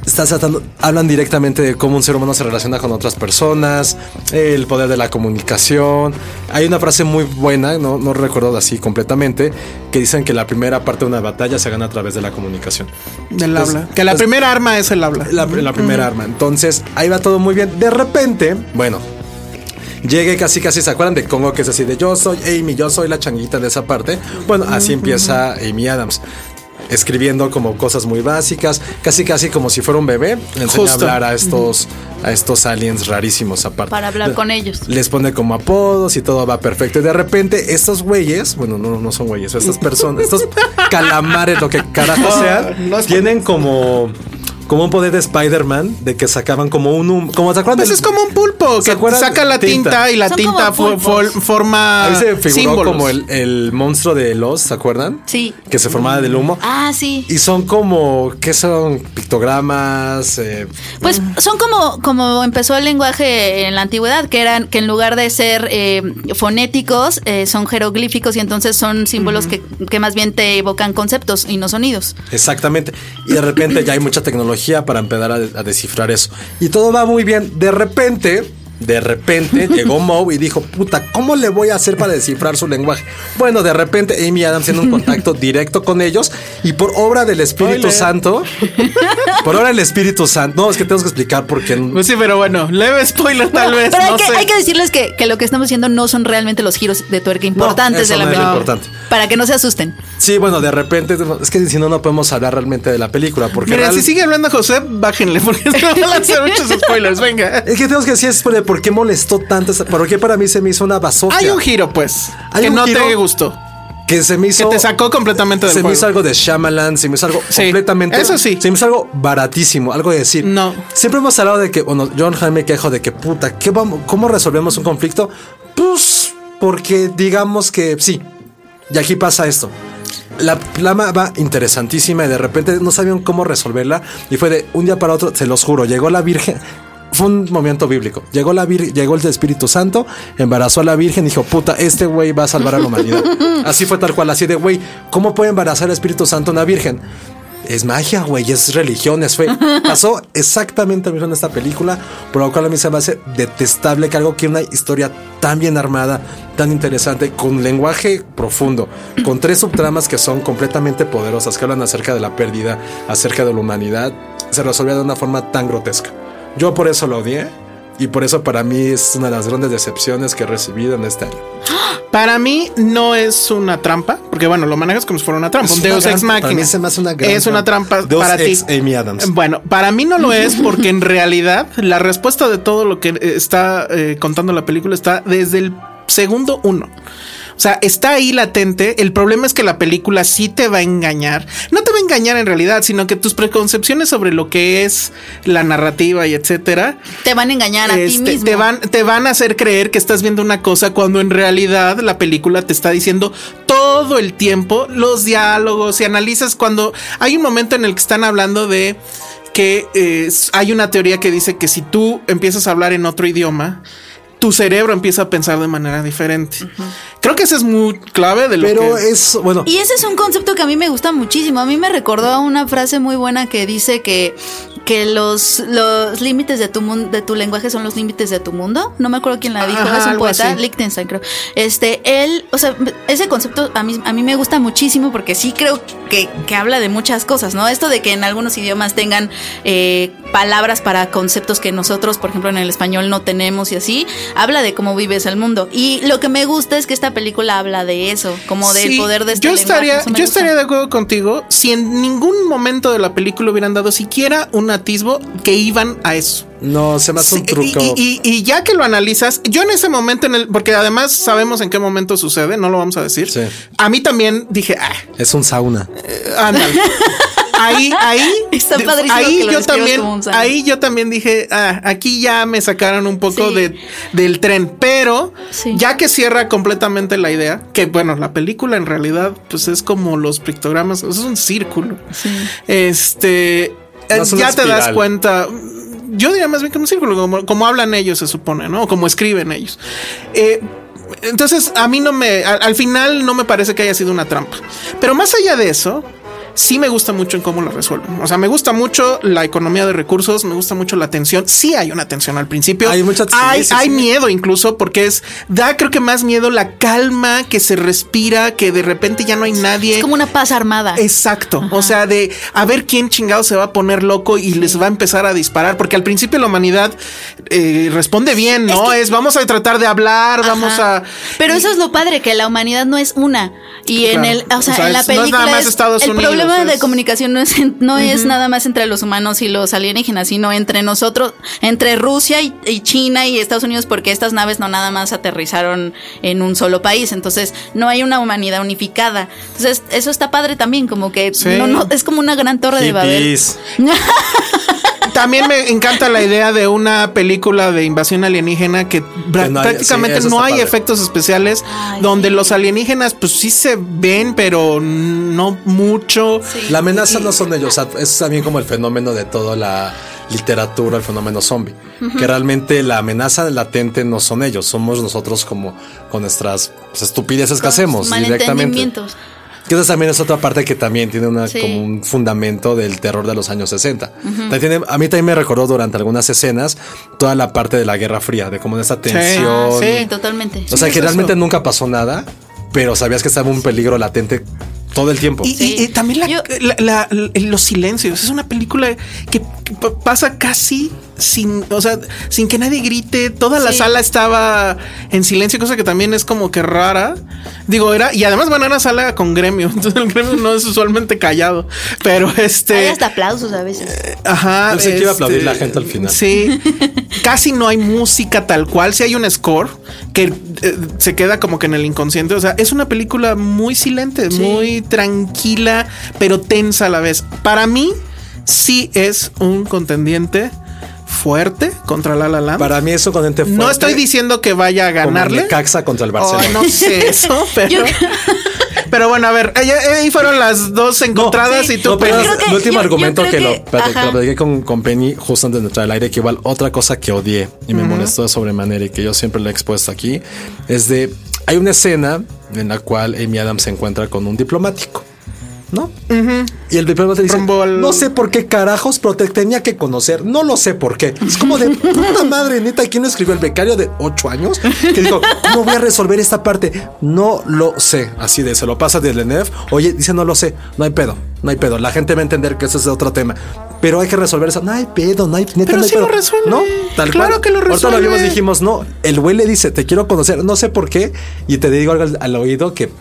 Speaker 5: estás tratando- hablan directamente de cómo un ser humano se relaciona con otras personas, el poder de la comunicación. Hay una frase muy buena, no, no recuerdo así completamente, que dicen que la primera parte de una batalla se gana a través de la comunicación.
Speaker 4: Del
Speaker 5: Pues-
Speaker 4: habla. Que la
Speaker 5: pues-
Speaker 4: primera arma es el habla.
Speaker 5: La, la primera arma. Entonces, ahí va todo muy bien. De repente, bueno, llegue casi, casi, ¿se acuerdan de Congo? Que es así de yo soy Amy, yo soy la changuita de esa parte. Bueno, así empieza Amy Adams. Escribiendo como cosas muy básicas, casi casi como si fuera un bebé, le enseña
Speaker 4: Justo.
Speaker 5: a hablar a estos, a estos aliens rarísimos aparte.
Speaker 3: Para hablar con ellos.
Speaker 5: Les pone como apodos y todo va perfecto. Y de repente, estos güeyes, bueno, no, no son güeyes, estas
Speaker 4: (laughs)
Speaker 5: personas, estos calamares, lo que carajo sean,
Speaker 4: no es-
Speaker 5: tienen como, como un poder de Spider-Man de que sacaban como un. hum- Como se acuerdan
Speaker 4: Pues
Speaker 5: del-
Speaker 4: es como un pulpo
Speaker 5: ¿Se
Speaker 4: que
Speaker 5: acuerdan?
Speaker 4: saca la tinta, y la
Speaker 3: Son
Speaker 4: tinta
Speaker 3: como
Speaker 4: fo- fo-
Speaker 3: pulpos.
Speaker 4: forma
Speaker 5: A mí se me figuró
Speaker 4: símbolos.
Speaker 5: como el, el monstruo de los, ¿se acuerdan?
Speaker 3: Sí.
Speaker 5: Que se formaba del humo.
Speaker 3: Ah, sí.
Speaker 5: Y son como, ¿qué son? Pictogramas. eh,
Speaker 3: Pues son como, como empezó el lenguaje en la antigüedad, que eran, que en lugar de ser eh, fonéticos, eh, son jeroglíficos y entonces son símbolos que, que más bien te evocan conceptos y no sonidos.
Speaker 5: Exactamente. Y de repente ya hay mucha tecnología para empezar a, a descifrar eso. Y todo va muy bien. De repente, de
Speaker 4: (laughs)
Speaker 5: repente llegó Moe y dijo, puta, ¿cómo le voy a hacer para descifrar su lenguaje? Bueno, de repente Amy Adams tiene un contacto
Speaker 4: (laughs)
Speaker 5: directo con ellos y por obra del Espíritu
Speaker 4: Spoiler.
Speaker 5: Santo, por obra del Espíritu Santo, no, es que tenemos que explicar por qué...
Speaker 4: Pues sí, pero bueno, leve spoiler tal (laughs)
Speaker 3: No,
Speaker 4: vez.
Speaker 3: pero hay,
Speaker 4: no
Speaker 3: que,
Speaker 4: sé.
Speaker 3: hay que decirles que, que lo que estamos haciendo no son realmente los giros de tuerca importantes
Speaker 5: eso
Speaker 3: de la
Speaker 5: no es lo
Speaker 3: película.
Speaker 5: importante.
Speaker 3: Para que no se asusten.
Speaker 5: Sí, bueno, de repente, es que si no, no podemos hablar realmente de la película. Porque
Speaker 4: Mira,
Speaker 5: real-
Speaker 4: si sigue hablando José, bájenle porque (laughs) se van a hacer muchos spoilers. Venga.
Speaker 5: Es que tenemos que decir es por por qué molestó tanto, esa- por qué para mí se me hizo una basofia.
Speaker 4: Hay un giro, pues,
Speaker 5: Hay
Speaker 4: que
Speaker 5: un
Speaker 4: no te
Speaker 5: giro-
Speaker 4: gustó.
Speaker 5: que se me hizo...
Speaker 4: Que te sacó completamente del
Speaker 5: se me
Speaker 4: juego.
Speaker 5: hizo algo de Shyamalan, se me hizo algo
Speaker 4: Sí,
Speaker 5: completamente.
Speaker 4: eso sí.
Speaker 5: Se me hizo algo baratísimo, algo de decir.
Speaker 4: No.
Speaker 5: Siempre hemos hablado de que, bueno, John Jaime me quejo de que puta, ¿qué vamos, ¿cómo resolvemos un conflicto? Pues porque digamos que sí. Y aquí pasa esto. La plama va interesantísima y de repente no sabían cómo resolverla. Y fue de un día para otro, se los juro, llegó la Virgen. fue un momento bíblico. Llegó, la vir- llegó el Espíritu Santo, embarazó a la Virgen y dijo, puta, este güey va a salvar a la humanidad. así fue tal cual, así de, güey, ¿cómo puede embarazar el Espíritu Santo una Virgen? Es magia, güey, es religión, es
Speaker 4: (laughs)
Speaker 5: fe. Pasó exactamente lo mismo en esta película, por lo cual a mí se me hace detestable que algo que una historia tan bien armada, tan interesante, con lenguaje profundo, con tres subtramas que son completamente poderosas, que hablan acerca de la pérdida, acerca de la humanidad, se resolvía de una forma tan grotesca. Yo por eso lo odié y por eso para mí es una de las grandes decepciones que he recibido en este año.
Speaker 4: Para mí no es una trampa, porque bueno, lo manejas como si fuera una trampa.
Speaker 5: Es
Speaker 4: un
Speaker 5: una
Speaker 4: Deus
Speaker 5: gran-
Speaker 4: ex
Speaker 5: para
Speaker 4: machina.
Speaker 5: mí se me hace una gran
Speaker 4: es una trampa
Speaker 5: trampa. Deus
Speaker 4: para ti.
Speaker 5: ex Amy Adams.
Speaker 4: Bueno, para
Speaker 5: (laughs)
Speaker 4: mí no lo es porque en realidad la respuesta de todo lo que eh, está eh, contando la película está desde el segundo uno. O sea, está ahí latente. El problema es que la película sí te va a engañar. No te va a engañar en realidad, sino que tus preconcepciones sobre lo que es la narrativa y etcétera
Speaker 3: Te van a engañar a ti
Speaker 4: este,
Speaker 3: mismo.
Speaker 4: Te van, te van a hacer creer que estás viendo una cosa cuando en realidad la película te está diciendo todo el tiempo los diálogos. Si analizas cuando hay un momento en el que están hablando de que eh, s- hay una teoría que dice que si tú empiezas a hablar en otro idioma, tu cerebro empieza a pensar de manera diferente. Creo que esa es muy clave de lo
Speaker 5: Pero
Speaker 4: que
Speaker 5: es, bueno,
Speaker 3: Y ese es un concepto que a mí me gusta muchísimo. A mí me recordó a una frase muy buena que dice que, que los, los límites de tu, mun- de tu lenguaje son los límites de tu mundo. No me acuerdo quién la dijo,
Speaker 4: Ajá,
Speaker 3: es un
Speaker 4: algo
Speaker 3: poeta,
Speaker 4: así.
Speaker 3: Lichtenstein creo. Este, él, o sea, ese concepto a mí, a mí me gusta muchísimo porque sí creo que, que habla de muchas cosas, ¿no? Esto de que en algunos idiomas tengan eh, palabras para conceptos que nosotros, por ejemplo, en el español no tenemos y así, habla de cómo vives el mundo. Y lo que me gusta es que esta película habla de eso, como del
Speaker 4: Sí,
Speaker 3: poder de este
Speaker 4: yo
Speaker 3: lenguaje,
Speaker 4: estaría
Speaker 3: eso me
Speaker 4: yo
Speaker 3: gusta.
Speaker 4: estaría de acuerdo contigo si en ningún momento de la película hubieran dado siquiera un atisbo que iban a eso
Speaker 5: no, se me hace un
Speaker 4: Sí, y-
Speaker 5: truco.
Speaker 4: Y, y- y ya que lo analizas, yo en ese momento, en el, porque además sabemos en qué momento sucede, no lo vamos a decir.
Speaker 5: Sí.
Speaker 4: A mí también dije, ah,
Speaker 5: es un sauna.
Speaker 3: (laughs)
Speaker 4: ándale. Ahí, ahí,
Speaker 3: Está
Speaker 4: de-
Speaker 3: padrísimo
Speaker 4: ahí
Speaker 3: que lo
Speaker 4: yo
Speaker 3: describas
Speaker 4: también,
Speaker 3: como un sauna.
Speaker 4: ahí yo también dije, ah, aquí ya me sacaron un poco
Speaker 3: Sí.
Speaker 4: de, del tren, pero
Speaker 3: Sí.
Speaker 4: ya que cierra completamente la idea, que bueno, la película en realidad, pues es como los pictogramas, es un círculo. Este, eh,
Speaker 5: es una
Speaker 4: ya te das
Speaker 5: espiral.
Speaker 4: cuenta. Yo diría más bien que un círculo, como, como hablan ellos, se supone, ¿no? O como escriben ellos. Eh, entonces, a mí no me. Al, al final no me parece que haya sido una trampa. Pero más allá de eso. Sí me gusta mucho en cómo lo resuelven. O sea, me gusta mucho la economía de recursos, me gusta mucho la tensión. Sí hay una tensión al principio.
Speaker 5: Hay mucha- sí,
Speaker 4: Hay,
Speaker 5: sí,
Speaker 4: hay
Speaker 5: sí.
Speaker 4: miedo incluso porque es... Da creo que más miedo la calma que se respira, que de repente ya no hay nadie.
Speaker 3: Es como una paz armada.
Speaker 4: Exacto. O sea, de a ver quién chingado se va a poner loco y les va a empezar a disparar. Porque al principio la humanidad eh, responde bien, ¿no? Es, vamos a tratar de hablar, vamos a.
Speaker 3: Pero eso es lo padre, que la humanidad no es una. Y en
Speaker 4: Claro.
Speaker 3: el, o sea,
Speaker 4: O sea,
Speaker 3: en la
Speaker 4: es- no es nada
Speaker 3: película
Speaker 4: más
Speaker 3: es-
Speaker 4: Estados
Speaker 3: el
Speaker 4: Unidos,
Speaker 3: problema de
Speaker 4: es-
Speaker 3: comunicación no es en- no es nada más entre los humanos y los alienígenas, sino entre nosotros, entre Rusia y, y China y Estados Unidos, porque estas naves no nada más aterrizaron en un solo país. Entonces, no hay una humanidad unificada. Entonces, eso está padre también, como que
Speaker 4: Sí.
Speaker 3: no, no- es como una gran torre de Babel. (laughs)
Speaker 5: Hippies.
Speaker 4: También me encanta la idea de una película de invasión alienígena que pra-
Speaker 5: Que no hay-
Speaker 4: prácticamente
Speaker 5: sí, eso
Speaker 4: no
Speaker 5: está
Speaker 4: hay
Speaker 5: padre.
Speaker 4: efectos especiales,
Speaker 3: Ay,
Speaker 4: donde los alienígenas, pues sí se ven, pero no mucho.
Speaker 5: La amenaza no son ellos, o sea, es también como el fenómeno de toda la literatura, el fenómeno zombie, que realmente la amenaza latente no son ellos, somos nosotros como con nuestras pues, estupideces que hacemos directamente.
Speaker 3: Malentendimientos.
Speaker 5: Que esa también es otra parte que también tiene una,
Speaker 3: Sí.
Speaker 5: como un fundamento del terror de los años 60. También tiene- a mí también me recordó durante algunas escenas toda la parte de la Guerra Fría, de como esta tensión.
Speaker 4: Ah, sí.
Speaker 3: Sí, totalmente.
Speaker 5: O sea,
Speaker 4: Sí,
Speaker 5: que
Speaker 4: es
Speaker 5: realmente
Speaker 4: eso.
Speaker 5: nunca pasó nada, pero sabías que estaba un peligro latente todo el tiempo.
Speaker 4: Y, y-
Speaker 3: Sí.
Speaker 4: y también la-
Speaker 3: Yo-
Speaker 4: la- la- la- los silencios. Es una película que que pa- pasa casi sin, o sea, sin que nadie grite. Toda la
Speaker 3: Sí.
Speaker 4: sala estaba en silencio, cosa que también es como que rara. Digo, era, y además, bueno, era una sala con gremio. (laughs) Entonces el gremio no es usualmente callado. Pero este.
Speaker 3: Hay hasta aplausos a veces.
Speaker 4: Ajá. este,
Speaker 5: Yo sé que iba a aplaudir la gente al final.
Speaker 4: Sí. Casi no hay música tal cual. Si hay un score que eh, se queda como que en el inconsciente. O sea, es una película muy silente, muy tranquila, pero tensa a la vez. Para mí, sí es un contendiente fuerte contra La La Land.
Speaker 5: Para mí eso con ente
Speaker 4: no estoy diciendo que vaya a ganarle.
Speaker 3: (laughs)
Speaker 5: Caxa contra el Barcelona.
Speaker 4: Oh, no sé eso, pero. Pero bueno, a ver, ahí- ahí fueron las dos encontradas
Speaker 3: sí.
Speaker 4: y tú
Speaker 5: No, pero
Speaker 4: pero-
Speaker 3: creo que-
Speaker 5: el último
Speaker 3: yo- yo
Speaker 5: argumento
Speaker 3: creo
Speaker 5: que, lo,
Speaker 3: que-
Speaker 5: espérate, que
Speaker 3: ajá.
Speaker 5: lo platiqué con, con Penny justo antes de entrar al aire, que igual otra cosa que odié y me molestó de sobremanera y que yo siempre la he expuesto aquí, es de, hay una escena en la cual Amy Adams se encuentra con un diplomático. ¿No? Y el diplomático dice:
Speaker 4: Rumbo al-
Speaker 5: No sé por qué carajos, pero te tenía que conocer. No lo sé por qué. Es como de puta madre, neta. ¿Quién lo escribió? El becario de ocho años que dijo: ¿Cómo voy a resolver esta parte? No lo sé. Así de se lo pasa de Lenef. Oye, dice: No lo sé. No hay pedo. No hay pedo. La gente va a entender que ese es otro tema. Pero hay que resolver eso. No hay pedo. No hay, neta,
Speaker 4: Pero
Speaker 5: no hay
Speaker 4: sí lo
Speaker 5: pedo".
Speaker 4: resuelve.
Speaker 5: No, tal
Speaker 4: Claro
Speaker 5: cual.
Speaker 4: que lo
Speaker 5: Ahorita
Speaker 4: resuelve.
Speaker 5: vimos, dijimos: No, el güey le dice: Te quiero conocer. No sé por qué. Y te digo algo al, al oído que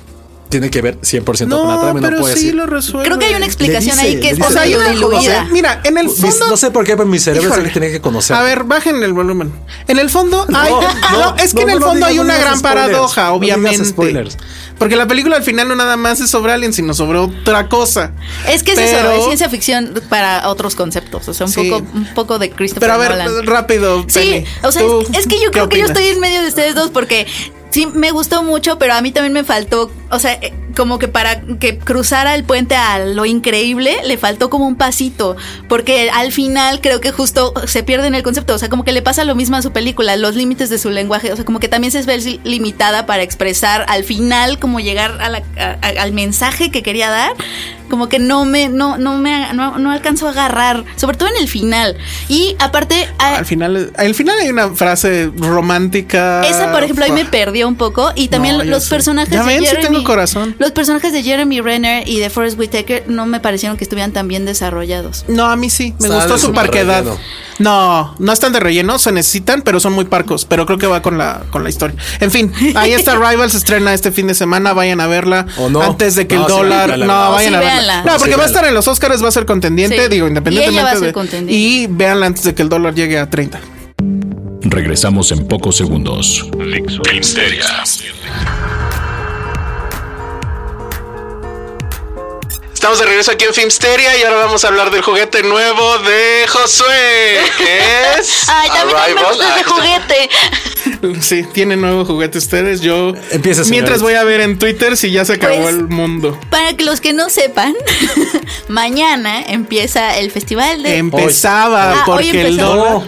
Speaker 5: tiene que ver 100% con la
Speaker 4: No,
Speaker 5: trama. y
Speaker 4: pero
Speaker 5: no puede
Speaker 4: sí
Speaker 5: decir.
Speaker 4: lo resuelve.
Speaker 3: Creo que hay una explicación
Speaker 5: dice,
Speaker 3: ahí que
Speaker 5: le
Speaker 3: está
Speaker 5: dice.
Speaker 4: O sea, hay
Speaker 3: medio
Speaker 4: una
Speaker 3: diluida.
Speaker 4: cosa- Mira, en el
Speaker 5: Mis-
Speaker 4: fondo.
Speaker 5: no sé por qué, pero mi cerebro es el que tiene que conocer.
Speaker 4: A ver, bajen el volumen. En el fondo hay.
Speaker 5: No,
Speaker 4: No,
Speaker 5: no,
Speaker 4: es que
Speaker 5: no,
Speaker 4: en el
Speaker 5: no
Speaker 4: fondo
Speaker 5: digas-
Speaker 4: hay
Speaker 5: no
Speaker 4: una
Speaker 5: digas
Speaker 4: gran
Speaker 5: spoilers,
Speaker 4: paradoja,
Speaker 5: no digas
Speaker 4: obviamente.
Speaker 5: spoilers.
Speaker 4: Porque la película al final no nada más es sobre aliens, sino sobre otra cosa.
Speaker 3: Es que es eso,
Speaker 4: Pero-
Speaker 3: es ciencia ficción para otros conceptos. O sea, un,
Speaker 4: Sí.
Speaker 3: poco, un poco de Christopher
Speaker 4: Pero a ver,
Speaker 3: Nolan.
Speaker 4: rápido.
Speaker 3: Sí,
Speaker 4: Penny,
Speaker 3: o sea,
Speaker 4: ¿tú
Speaker 3: es, es que yo
Speaker 4: qué
Speaker 3: creo que yo
Speaker 4: opinas?
Speaker 3: estoy en medio de ustedes dos porque sí me gustó mucho, pero a mí también me faltó, o sea, eh, como que para que cruzara el puente a lo increíble, le faltó como un pasito, porque al final creo que justo se pierde en el concepto, o sea, como que le pasa lo mismo a su película, los límites de su lenguaje, o sea, como que también se ve li- limitada para expresar al final, como llegar a la- a- a- al mensaje que quería dar, como que no me, no, no me, no, no alcanzó a agarrar, sobre todo en el final. Y aparte... ah, a-
Speaker 4: Al final, al final hay una frase romántica.
Speaker 3: esa, por ejemplo, ahí me perdió un poco. Y también
Speaker 4: Ah, No, ya
Speaker 3: los
Speaker 4: sé.
Speaker 3: personajes
Speaker 4: Ya ven,
Speaker 3: de
Speaker 4: sí
Speaker 3: Jeremy.
Speaker 4: tengo corazón.
Speaker 3: Los personajes de Jeremy Renner y de Forrest Whitaker no me parecieron que estuvieran tan bien desarrollados.
Speaker 4: No, a mí sí. Me
Speaker 5: Están
Speaker 4: gustó su
Speaker 5: de
Speaker 4: parquedad.
Speaker 5: relleno.
Speaker 4: No, no están de relleno, se necesitan, pero son muy parcos. Pero creo que va con la, con la historia. En fin, ahí
Speaker 5: (laughs)
Speaker 4: está Rivals, se estrena este fin de semana. Vayan a verla.
Speaker 5: O no.
Speaker 4: Antes de que
Speaker 5: No,
Speaker 4: el
Speaker 5: sí,
Speaker 4: dólar.
Speaker 5: véanla,
Speaker 4: no,
Speaker 5: no,
Speaker 4: vayan
Speaker 3: sí,
Speaker 4: a verla.
Speaker 3: véanla.
Speaker 4: No,
Speaker 5: Sí,
Speaker 4: porque va
Speaker 5: véanla.
Speaker 4: a estar en los Oscars, va a ser contendiente,
Speaker 3: Sí.
Speaker 4: digo,
Speaker 3: Y ella va a
Speaker 4: independientemente.
Speaker 3: ser
Speaker 4: de-
Speaker 3: contendiente.
Speaker 4: Y véanla antes de que el dólar llegue a 30.
Speaker 1: Regresamos en pocos segundos. Filmsteria.
Speaker 4: Estamos de regreso aquí en Filmsteria y ahora vamos a hablar del juguete nuevo de Josué, que es
Speaker 3: Ay, también a mí me
Speaker 2: Arrival,
Speaker 3: gusta ese
Speaker 2: ah,
Speaker 3: juguete.
Speaker 4: (laughs) Sí, tienen nuevo juguete ustedes. Yo
Speaker 5: Empieza, señorita.
Speaker 4: mientras voy a ver en Twitter si ya se acabó
Speaker 3: Pues-
Speaker 4: el mundo.
Speaker 3: Para que los que no sepan, (laughs) mañana empieza el festival de.
Speaker 4: Empezaba
Speaker 3: Hoy. eh, Ah, hoy
Speaker 4: porque el
Speaker 3: empezó.
Speaker 4: dólar.
Speaker 5: No,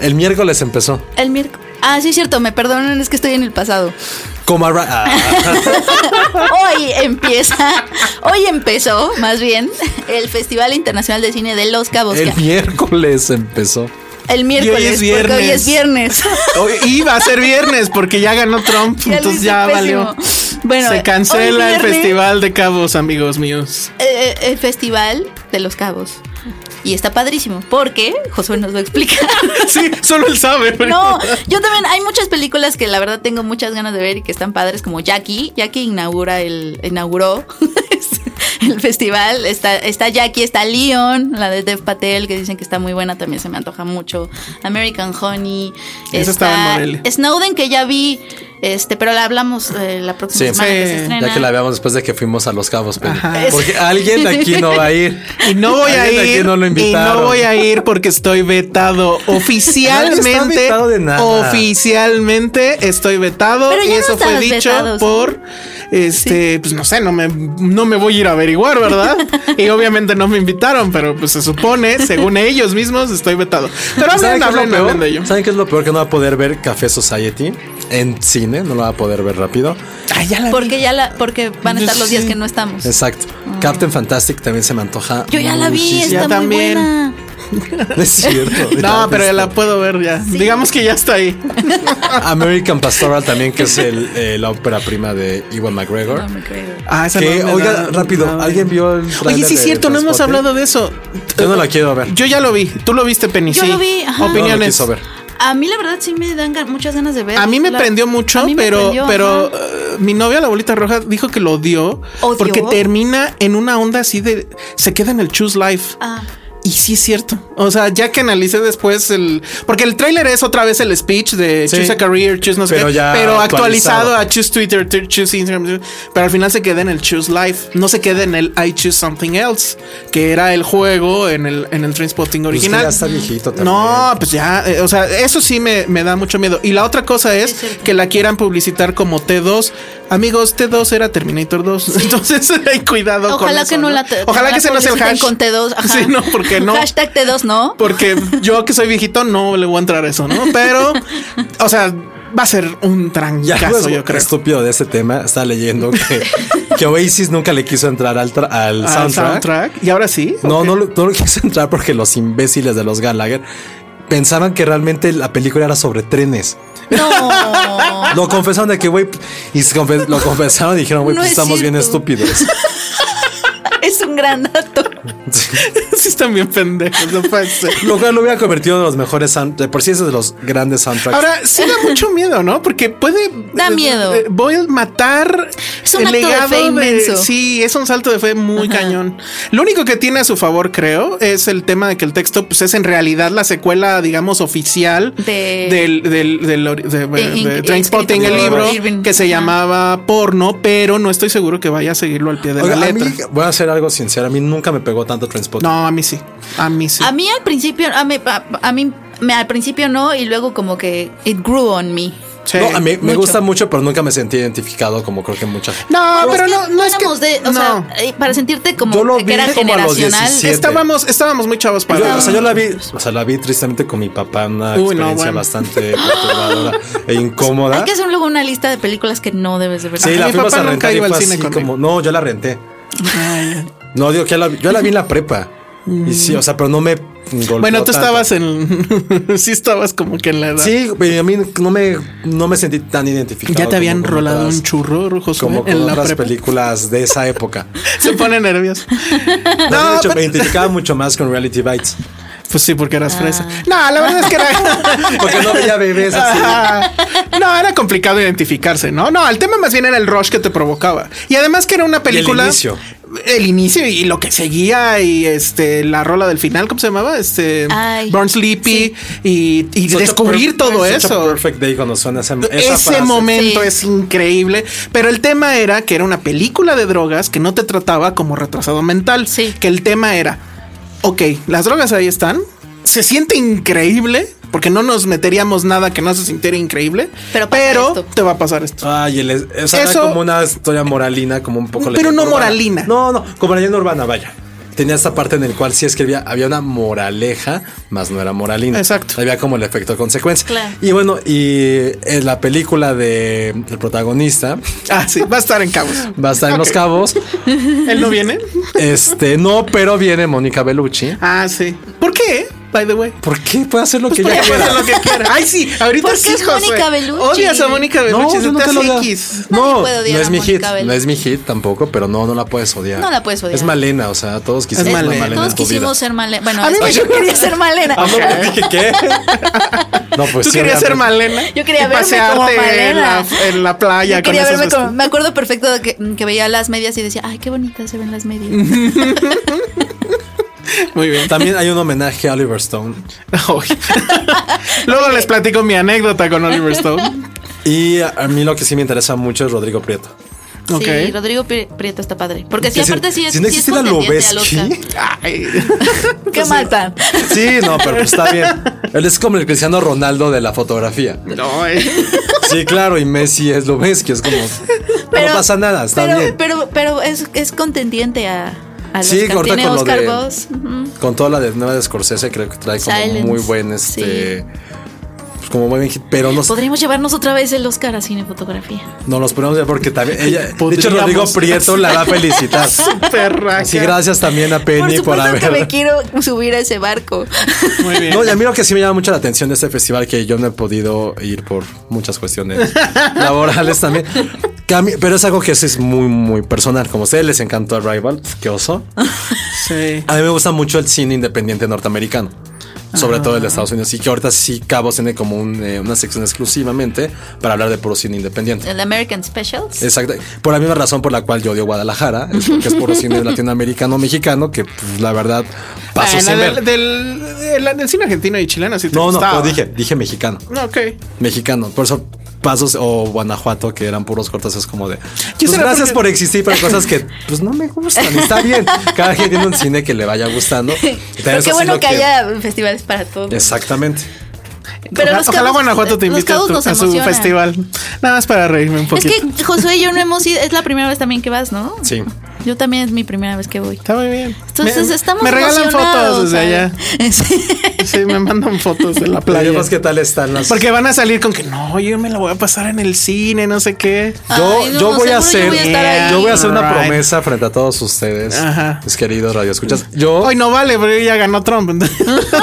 Speaker 5: el miércoles empezó.
Speaker 3: el miércoles. Ah, sí, es cierto, me perdonan, es que estoy en el pasado. (laughs)
Speaker 5: Como
Speaker 4: (laughs)
Speaker 5: a ra- ah,
Speaker 3: Hoy empieza, hoy empezó, más bien, el Festival Internacional de Cine de Los Cabos. que-
Speaker 5: el miércoles empezó.
Speaker 3: El miércoles,
Speaker 4: es
Speaker 3: porque hoy es viernes.
Speaker 4: Hoy iba a ser viernes porque ya ganó Trump,
Speaker 3: Ya lo
Speaker 4: entonces
Speaker 3: hice
Speaker 4: ya
Speaker 3: pésimo.
Speaker 4: valió.
Speaker 3: Bueno,
Speaker 4: se cancela
Speaker 3: hoy
Speaker 4: el
Speaker 3: viernes-
Speaker 4: festival de cabos, amigos míos. (laughs)
Speaker 3: Eh, el Festival de los Cabos. Y está padrísimo, porque Josué nos va a
Speaker 4: (laughs)
Speaker 3: explicar.
Speaker 4: Sí, solo él sabe. pero-
Speaker 3: No, yo también, hay muchas películas que la verdad tengo muchas ganas de ver y que están padres, como Jackie. Jackie inaugura el, inauguró (laughs) el festival. Está, está Jackie, está Leon, la de Dev Patel, que dicen que está muy buena, también se me antoja mucho. American Honey.
Speaker 4: Esa estaba en Morelia.
Speaker 3: Snowden, que ya vi, este, pero la hablamos eh, la próxima
Speaker 5: Sí.
Speaker 3: semana que se
Speaker 4: Sí.
Speaker 3: estrena.
Speaker 5: Ya que la veamos después de que fuimos a Los Cabos. Penny.
Speaker 4: Ajá.
Speaker 5: (laughs) Porque alguien de aquí no va a
Speaker 4: (laughs)
Speaker 5: ir.
Speaker 4: Y no voy a
Speaker 5: Alguien de aquí
Speaker 4: ir.
Speaker 5: no lo
Speaker 4: y
Speaker 5: invitaron.
Speaker 4: no voy a ir porque
Speaker 5: (laughs)
Speaker 4: estoy vetado. Oficialmente.
Speaker 5: vetado de nada.
Speaker 4: Oficialmente estoy vetado.
Speaker 3: Pero ya
Speaker 4: y
Speaker 3: no
Speaker 4: eso fue
Speaker 3: estabas
Speaker 4: dicho
Speaker 3: vetado, ¿sí?
Speaker 4: por este, pues no sé, no me, no me voy a ir a averiguar,
Speaker 3: (laughs)
Speaker 4: ¿verdad? y obviamente no me invitaron, pero pues se supone, según ellos mismos, estoy vetado. Pero
Speaker 5: ¿Saben qué,
Speaker 4: hablen,
Speaker 5: es
Speaker 4: hablen,
Speaker 5: lo
Speaker 4: hablen de
Speaker 5: peor?
Speaker 4: ello.
Speaker 5: ¿Saben qué es lo peor? Que no va a poder ver Café Society en cine. No lo va a poder ver rápido.
Speaker 4: Ay, ya la vi.
Speaker 3: Porque ya la, porque van a estar los días
Speaker 4: Sí.
Speaker 3: que no estamos.
Speaker 5: Exacto. Captain Fantastic también se me antoja.
Speaker 3: Yo ya la vi,
Speaker 5: muchísimo. (laughs)
Speaker 3: está
Speaker 4: Ya también.
Speaker 3: muy buena.
Speaker 5: Es cierto.
Speaker 4: No, pero ya la puedo ver ya. Digamos que ya está ahí.
Speaker 5: American Pastoral también, que es el, eh, la ópera prima de Ewan McGregor.
Speaker 4: Ah, esa
Speaker 5: Que,
Speaker 4: no me
Speaker 5: oiga,
Speaker 4: da-
Speaker 5: rápido,
Speaker 4: no.
Speaker 5: ¿alguien vio el
Speaker 4: Oye,
Speaker 5: tráiler
Speaker 4: sí es
Speaker 5: de
Speaker 4: cierto, no hemos
Speaker 5: Transporte?
Speaker 4: hablado de eso.
Speaker 5: Yo no la quiero ver.
Speaker 4: Yo ya lo vi. Tú lo viste, Penny.
Speaker 3: Yo
Speaker 4: sí.
Speaker 3: lo vi, ajá.
Speaker 5: Ah, No la
Speaker 4: Opiniones.
Speaker 5: quiso ver.
Speaker 3: A mí la verdad sí me dan gan- muchas ganas de ver.
Speaker 4: A mí me
Speaker 3: La-
Speaker 4: prendió mucho,
Speaker 3: a mí me
Speaker 4: pero,
Speaker 3: prendió,
Speaker 4: pero
Speaker 3: ajá.
Speaker 4: eh, mi novia, la bolita roja, dijo que lo odió,
Speaker 3: ¿Odió?
Speaker 4: porque termina en una onda así de se queda en el choose life.
Speaker 3: Ah.
Speaker 4: y sí es cierto. O sea, ya que analicé después el. Porque el tráiler es otra vez el speech de
Speaker 5: Sí.
Speaker 4: Choose a Career, Choose no sé
Speaker 5: Pero
Speaker 4: qué.
Speaker 5: ya
Speaker 4: pero actualizado,
Speaker 5: actualizado.
Speaker 4: a Choose Twitter, t- Choose Instagram. Pero al final se queda en el Choose Life. No se queda en el I Choose Something Else, que era el juego en el, en el Trainspotting
Speaker 5: Pues que
Speaker 4: original.
Speaker 5: ya está viejito también.
Speaker 4: No, pues ya, eh, o sea, eso sí me, me da mucho miedo. Y la otra cosa es que la quieran publicitar como T2. Amigos, T2 era Terminator 2. (laughs) Entonces, hay cuidado con
Speaker 3: Ojalá
Speaker 4: eso,
Speaker 3: que no, la. te-
Speaker 4: Ojalá que se nos el
Speaker 3: publiciten
Speaker 4: hash.
Speaker 3: Con T2. ajá.
Speaker 4: Sí, no, porque no.
Speaker 3: Hashtag T2,
Speaker 4: (laughs)
Speaker 3: ¿no?
Speaker 4: Porque yo que soy viejito no le voy a entrar a eso, ¿no? Pero, o sea, va a ser un
Speaker 5: Ya
Speaker 4: trancazo,
Speaker 5: algo
Speaker 4: yo creo.
Speaker 5: estúpido de ese tema. Está leyendo
Speaker 4: (laughs)
Speaker 5: que, que Oasis nunca le quiso entrar al, tra- al
Speaker 4: Al
Speaker 5: soundtrack.
Speaker 4: soundtrack. Y
Speaker 5: (laughs)
Speaker 4: ahora sí.
Speaker 5: No, no, lo- no lo quiso entrar porque los imbéciles de los Gallagher pensaron que realmente la película era sobre trenes.
Speaker 4: (laughs)
Speaker 3: No.
Speaker 5: Lo confesaron de que, güey, y se confe- lo confesaron y dijeron, güey,
Speaker 3: No
Speaker 5: pues
Speaker 3: es
Speaker 5: estamos bien
Speaker 3: cierto.
Speaker 5: estúpidos.
Speaker 3: es un gran dato.
Speaker 4: sí están bien pendejos, no puede ser.
Speaker 5: Lo cual lo hubiera convertido en uno de los mejores sound- de por sí es de los grandes soundtracks.
Speaker 4: Ahora sí da
Speaker 3: (laughs)
Speaker 4: mucho miedo, ¿no? Porque puede.
Speaker 3: Da miedo.
Speaker 4: eh, Voy a matar.
Speaker 3: Es un acto de fe inmenso.
Speaker 4: Sí, es un salto de fe muy cañón. Lo único que tiene a su favor, creo, es el tema de que el texto pues, es en realidad la secuela, digamos, oficial
Speaker 3: De-
Speaker 4: del, del, del ori- de,
Speaker 3: De-
Speaker 4: de
Speaker 3: in-
Speaker 4: Trainspotting,
Speaker 3: escrito
Speaker 4: el
Speaker 3: por
Speaker 4: libro,
Speaker 3: Irving.
Speaker 4: que se
Speaker 3: Ajá.
Speaker 4: llamaba porno, pero no estoy seguro que vaya a seguirlo al pie de
Speaker 5: Oiga,
Speaker 4: la
Speaker 5: a
Speaker 4: letra.
Speaker 5: mí, voy a hacer algo sincero. A mí nunca me pegó tanto Transport.
Speaker 4: No, a mí sí. A mí sí.
Speaker 3: A mí al principio, a mí, a, a mí me, al principio no, y luego como que it grew on me.
Speaker 4: Sí.
Speaker 5: a mí me
Speaker 3: mucho.
Speaker 5: gusta mucho, pero nunca me sentí identificado como creo que mucha gente.
Speaker 4: No,
Speaker 3: Pues
Speaker 4: pero
Speaker 3: que
Speaker 4: no, no es que.
Speaker 3: éramos de-
Speaker 4: no.
Speaker 3: o sea, eh, para sentirte como
Speaker 5: Yo lo
Speaker 3: que
Speaker 5: vi
Speaker 3: era
Speaker 5: como a los
Speaker 3: generacional.
Speaker 5: 17.
Speaker 4: Estábamos, estábamos muy chavos para.
Speaker 5: Yo, o sea, yo la vi, o sea, la vi tristemente con mi papá, una
Speaker 4: Uy, no,
Speaker 5: experiencia
Speaker 4: bueno. (laughs)
Speaker 5: bastante perturbadora e incómoda.
Speaker 3: Hay que hacer luego una lista de películas que no debes de ver.
Speaker 5: Sí,
Speaker 4: Ah,
Speaker 5: la
Speaker 4: mi
Speaker 5: fuimos
Speaker 4: papá
Speaker 5: a
Speaker 4: nunca
Speaker 5: rentar y
Speaker 4: iba
Speaker 5: fue
Speaker 4: al
Speaker 5: así
Speaker 4: cine conmigo.
Speaker 5: como, no, yo la renté. No, digo que ya la, vi- yo la vi en la prepa. Y sí, o sea, pero no me golpeó
Speaker 4: Mm. Bueno,
Speaker 5: tanto.
Speaker 4: tú estabas en. (laughs) sí, estabas como que en la edad.
Speaker 5: Sí, pero a mí no me, no me sentí tan identificado.
Speaker 4: Ya te habían
Speaker 5: como con
Speaker 4: rolado
Speaker 5: otras-
Speaker 4: un churro, Josué,
Speaker 5: Como con
Speaker 4: en la
Speaker 5: otras
Speaker 4: prepa.
Speaker 5: películas de esa época.
Speaker 4: (laughs) Se pone (laughs) nervioso.
Speaker 5: No, de hecho, me identificaba mucho más con Reality Bites.
Speaker 4: Pues sí, porque eras fresa. No, la verdad es que (laughs) era.
Speaker 5: Porque no veía bebés
Speaker 4: (laughs)
Speaker 5: así.
Speaker 4: Ah, no, era complicado identificarse, ¿no? No, el tema más bien era el rush que te provocaba. Y además que era una película.
Speaker 5: inicio.
Speaker 4: El inicio y lo que seguía y este la rola del final, ¿cómo se llamaba? Este
Speaker 3: Ay,
Speaker 4: Burn Sleepy y, y
Speaker 5: Such a
Speaker 4: descubrir
Speaker 5: per- such
Speaker 4: todo
Speaker 5: a
Speaker 4: eso.
Speaker 5: Perfect Day cuando suena esa, esa
Speaker 4: Ese
Speaker 5: frase.
Speaker 4: momento
Speaker 3: Sí.
Speaker 4: es increíble, pero el tema era que era una película de drogas que no te trataba como retrasado mental,
Speaker 3: Sí.
Speaker 4: que el tema era, ok, las drogas ahí están, se siente increíble, porque no nos meteríamos nada que no se sintiera increíble,
Speaker 3: Pero
Speaker 4: pero,
Speaker 3: pasa esto.
Speaker 4: te va a pasar esto.
Speaker 5: Ay, el, o sea, era
Speaker 4: Eso-
Speaker 5: como una historia moralina, como un poco
Speaker 4: Pero no
Speaker 5: urbana.
Speaker 4: moralina.
Speaker 5: No, no, como leyenda urbana, vaya. Tenía esta parte en el cual sí escribía, había una moraleja, más no era moralina.
Speaker 4: Exacto.
Speaker 5: Había como el efecto consecuencia.
Speaker 3: Claro.
Speaker 5: Y bueno, y en la película de el protagonista
Speaker 4: Ah, sí, va a estar en cabos.
Speaker 5: va a estar en Los Cabos.
Speaker 4: ¿Él no viene?
Speaker 5: Este, no, pero viene Mónica Bellucci.
Speaker 4: Ah, sí. ¿por qué? By the way.
Speaker 5: ¿Por qué puede hacer lo
Speaker 4: Pues
Speaker 5: que
Speaker 4: porque
Speaker 5: ella
Speaker 4: puede
Speaker 5: quiera?
Speaker 4: hacer lo que quiera. Ay, sí, ahorita
Speaker 3: ¿Por qué
Speaker 4: sí,
Speaker 3: es
Speaker 4: Josué.
Speaker 3: Mónica Bellucci?
Speaker 4: Odias a Mónica
Speaker 5: No,
Speaker 4: Bellucci,
Speaker 5: yo
Speaker 4: se
Speaker 5: no
Speaker 4: te
Speaker 5: te lo
Speaker 4: hace
Speaker 5: odio.
Speaker 4: X.
Speaker 5: No,
Speaker 3: puede odiar
Speaker 5: no
Speaker 3: a
Speaker 5: es mi
Speaker 3: Mónica
Speaker 5: hit,
Speaker 3: Bellucci.
Speaker 5: no es mi hit tampoco, pero no, no la puedes odiar.
Speaker 3: No la puedes odiar.
Speaker 5: Es Malena, o sea, todos quisimos
Speaker 4: Es
Speaker 5: ser
Speaker 4: Malena.
Speaker 5: Malena.
Speaker 3: Todos
Speaker 5: en tu
Speaker 3: quisimos
Speaker 5: vida. (laughs)
Speaker 3: ser Malena. Bueno,
Speaker 4: A mí
Speaker 3: es que
Speaker 4: me-
Speaker 3: yo quería ser Malena.
Speaker 5: Ah, no, dije,
Speaker 3: (laughs)
Speaker 5: ¿qué? No, pues
Speaker 4: Tú
Speaker 5: sí,
Speaker 4: querías ser
Speaker 5: obviamente.
Speaker 4: Malena.
Speaker 3: Yo quería
Speaker 4: y
Speaker 3: verme como
Speaker 4: pasearte en la,
Speaker 3: Malena.
Speaker 4: en la playa.
Speaker 3: Yo
Speaker 4: con
Speaker 3: quería
Speaker 4: esos
Speaker 3: verme como,
Speaker 4: vestidos.
Speaker 3: me acuerdo perfecto de que, que veía las medias y decía, ay, qué bonitas se ven las medias.
Speaker 5: (laughs)
Speaker 4: Muy
Speaker 3: (laughs)
Speaker 4: bien.
Speaker 5: También hay un homenaje a Oliver Stone.
Speaker 4: Uy. Luego les platico mi anécdota con Oliver Stone.
Speaker 5: Y a a mí lo que sí me interesa mucho es Rodrigo Prieto.
Speaker 4: Ok.
Speaker 3: Sí, Rodrigo Pri- Prieto está padre. Porque sí,
Speaker 5: Que si-
Speaker 3: aparte sí es,
Speaker 5: si no
Speaker 3: sí es
Speaker 5: existiera
Speaker 3: contendiente al
Speaker 5: Lubeski. (laughs)
Speaker 3: Oscar.
Speaker 4: Ay.
Speaker 5: Pues
Speaker 3: Qué mata.
Speaker 5: Sí, no, pero pues está
Speaker 3: (laughs)
Speaker 5: bien. Él es como el Cristiano Ronaldo de la fotografía.
Speaker 4: No, eh.
Speaker 5: Sí, claro, y Messi es Lubeski, es como... no pasa nada, está
Speaker 3: pero,
Speaker 5: bien.
Speaker 3: Pero, pero es, es contendiente a, a
Speaker 5: Sí,
Speaker 3: Oscar.
Speaker 5: corta
Speaker 3: Tiene
Speaker 5: con lo
Speaker 3: Oscar
Speaker 5: de-
Speaker 3: Voss. Ujú.
Speaker 5: Con toda la de, nueva de Scorsese creo que trae como
Speaker 3: Silence,
Speaker 5: muy buen este... pues, como muy bien hit, pero no,
Speaker 3: Podríamos llevarnos otra vez el Oscar a cinefotografía.
Speaker 5: no los ponemos ya porque también ella... De hecho,
Speaker 4: Podríamos.
Speaker 5: Rodrigo Prieto la va a
Speaker 3: (laughs)
Speaker 5: felicitar.
Speaker 4: Perra.
Speaker 5: Sí, gracias también a
Speaker 3: Por
Speaker 5: Penny por,
Speaker 3: supuesto
Speaker 5: haber...
Speaker 3: que me quiero subir a ese barco.
Speaker 4: Muy
Speaker 5: (laughs)
Speaker 4: bien.
Speaker 5: No, y a mí lo que sí me llama mucho la atención de este festival, que yo no he podido ir por muchas
Speaker 3: (laughs)
Speaker 5: cuestiones laborales también. que a mí- pero es algo que sí es muy, muy personal. Como a ustedes les encantó Arrival, qué oso.
Speaker 4: Sí.
Speaker 5: A mí me gusta mucho el cine independiente norteamericano. sobre todo el
Speaker 3: Ah.
Speaker 5: de Estados Unidos. Y que ahorita sí Cabos tiene como un, eh, una sección exclusivamente para hablar de puro cine independiente.
Speaker 3: El American Specials.
Speaker 5: Exacto. Por la misma razón por la cual yo odio Guadalajara, es porque es puro
Speaker 3: (laughs)
Speaker 5: cine latinoamericano mexicano, que pues, la verdad pasó
Speaker 4: Bueno,
Speaker 5: sin
Speaker 4: del,
Speaker 5: ver.
Speaker 4: del- del- del cine argentino y chileno, sí te
Speaker 5: No, no,
Speaker 4: gustaba.
Speaker 5: pero dije, dije mexicano.
Speaker 4: No, Ok.
Speaker 5: mexicano. Por eso Pasos o Guanajuato, que eran puros cortos, es como de. pues,
Speaker 4: será
Speaker 5: gracias
Speaker 4: porque-
Speaker 5: por existir, pero cosas que pues no me gustan. y está bien. Cada quien tiene un cine que le vaya
Speaker 3: (laughs)
Speaker 5: gustando. Y también
Speaker 3: Pero
Speaker 5: eso
Speaker 3: qué
Speaker 5: sí
Speaker 3: bueno
Speaker 5: lo
Speaker 3: que haya festivales para todo.
Speaker 5: Exactamente.
Speaker 3: Pero
Speaker 4: ojalá,
Speaker 3: los
Speaker 4: ojalá
Speaker 3: cabos-
Speaker 4: Guanajuato te
Speaker 3: los
Speaker 4: invite a,
Speaker 3: cabos
Speaker 4: tu-
Speaker 3: nos
Speaker 4: a su
Speaker 3: emocionan.
Speaker 4: festival. Nada más para reírme un
Speaker 3: Es
Speaker 4: poquito.
Speaker 3: que Josué y yo no hemos ido. Es la primera vez también que vas, ¿no?
Speaker 5: Sí.
Speaker 3: Yo también es mi primera vez que voy.
Speaker 4: Está muy bien.
Speaker 3: Entonces
Speaker 4: me,
Speaker 3: estamos.
Speaker 4: Me regalan fotos desde
Speaker 3: (laughs)
Speaker 4: allá.
Speaker 3: allá.
Speaker 4: Sí, me mandan fotos de la
Speaker 5: Pero
Speaker 4: playa.
Speaker 5: vemos pues, qué tal están las.
Speaker 4: Porque van a salir con que no, yo me la voy a pasar en el cine, no sé qué.
Speaker 5: yo,
Speaker 3: Ay, no,
Speaker 5: yo
Speaker 3: no,
Speaker 5: voy a hacer, yo
Speaker 3: seguro yo voy a
Speaker 5: voy
Speaker 3: estar
Speaker 5: a,
Speaker 3: ahí.
Speaker 5: hacer una
Speaker 4: Right.
Speaker 5: promesa frente a todos ustedes,
Speaker 4: Ajá.
Speaker 5: mis queridos radioescuchas. Yo
Speaker 4: Hoy no vale, pero ya ganó Trump. (laughs) entonces,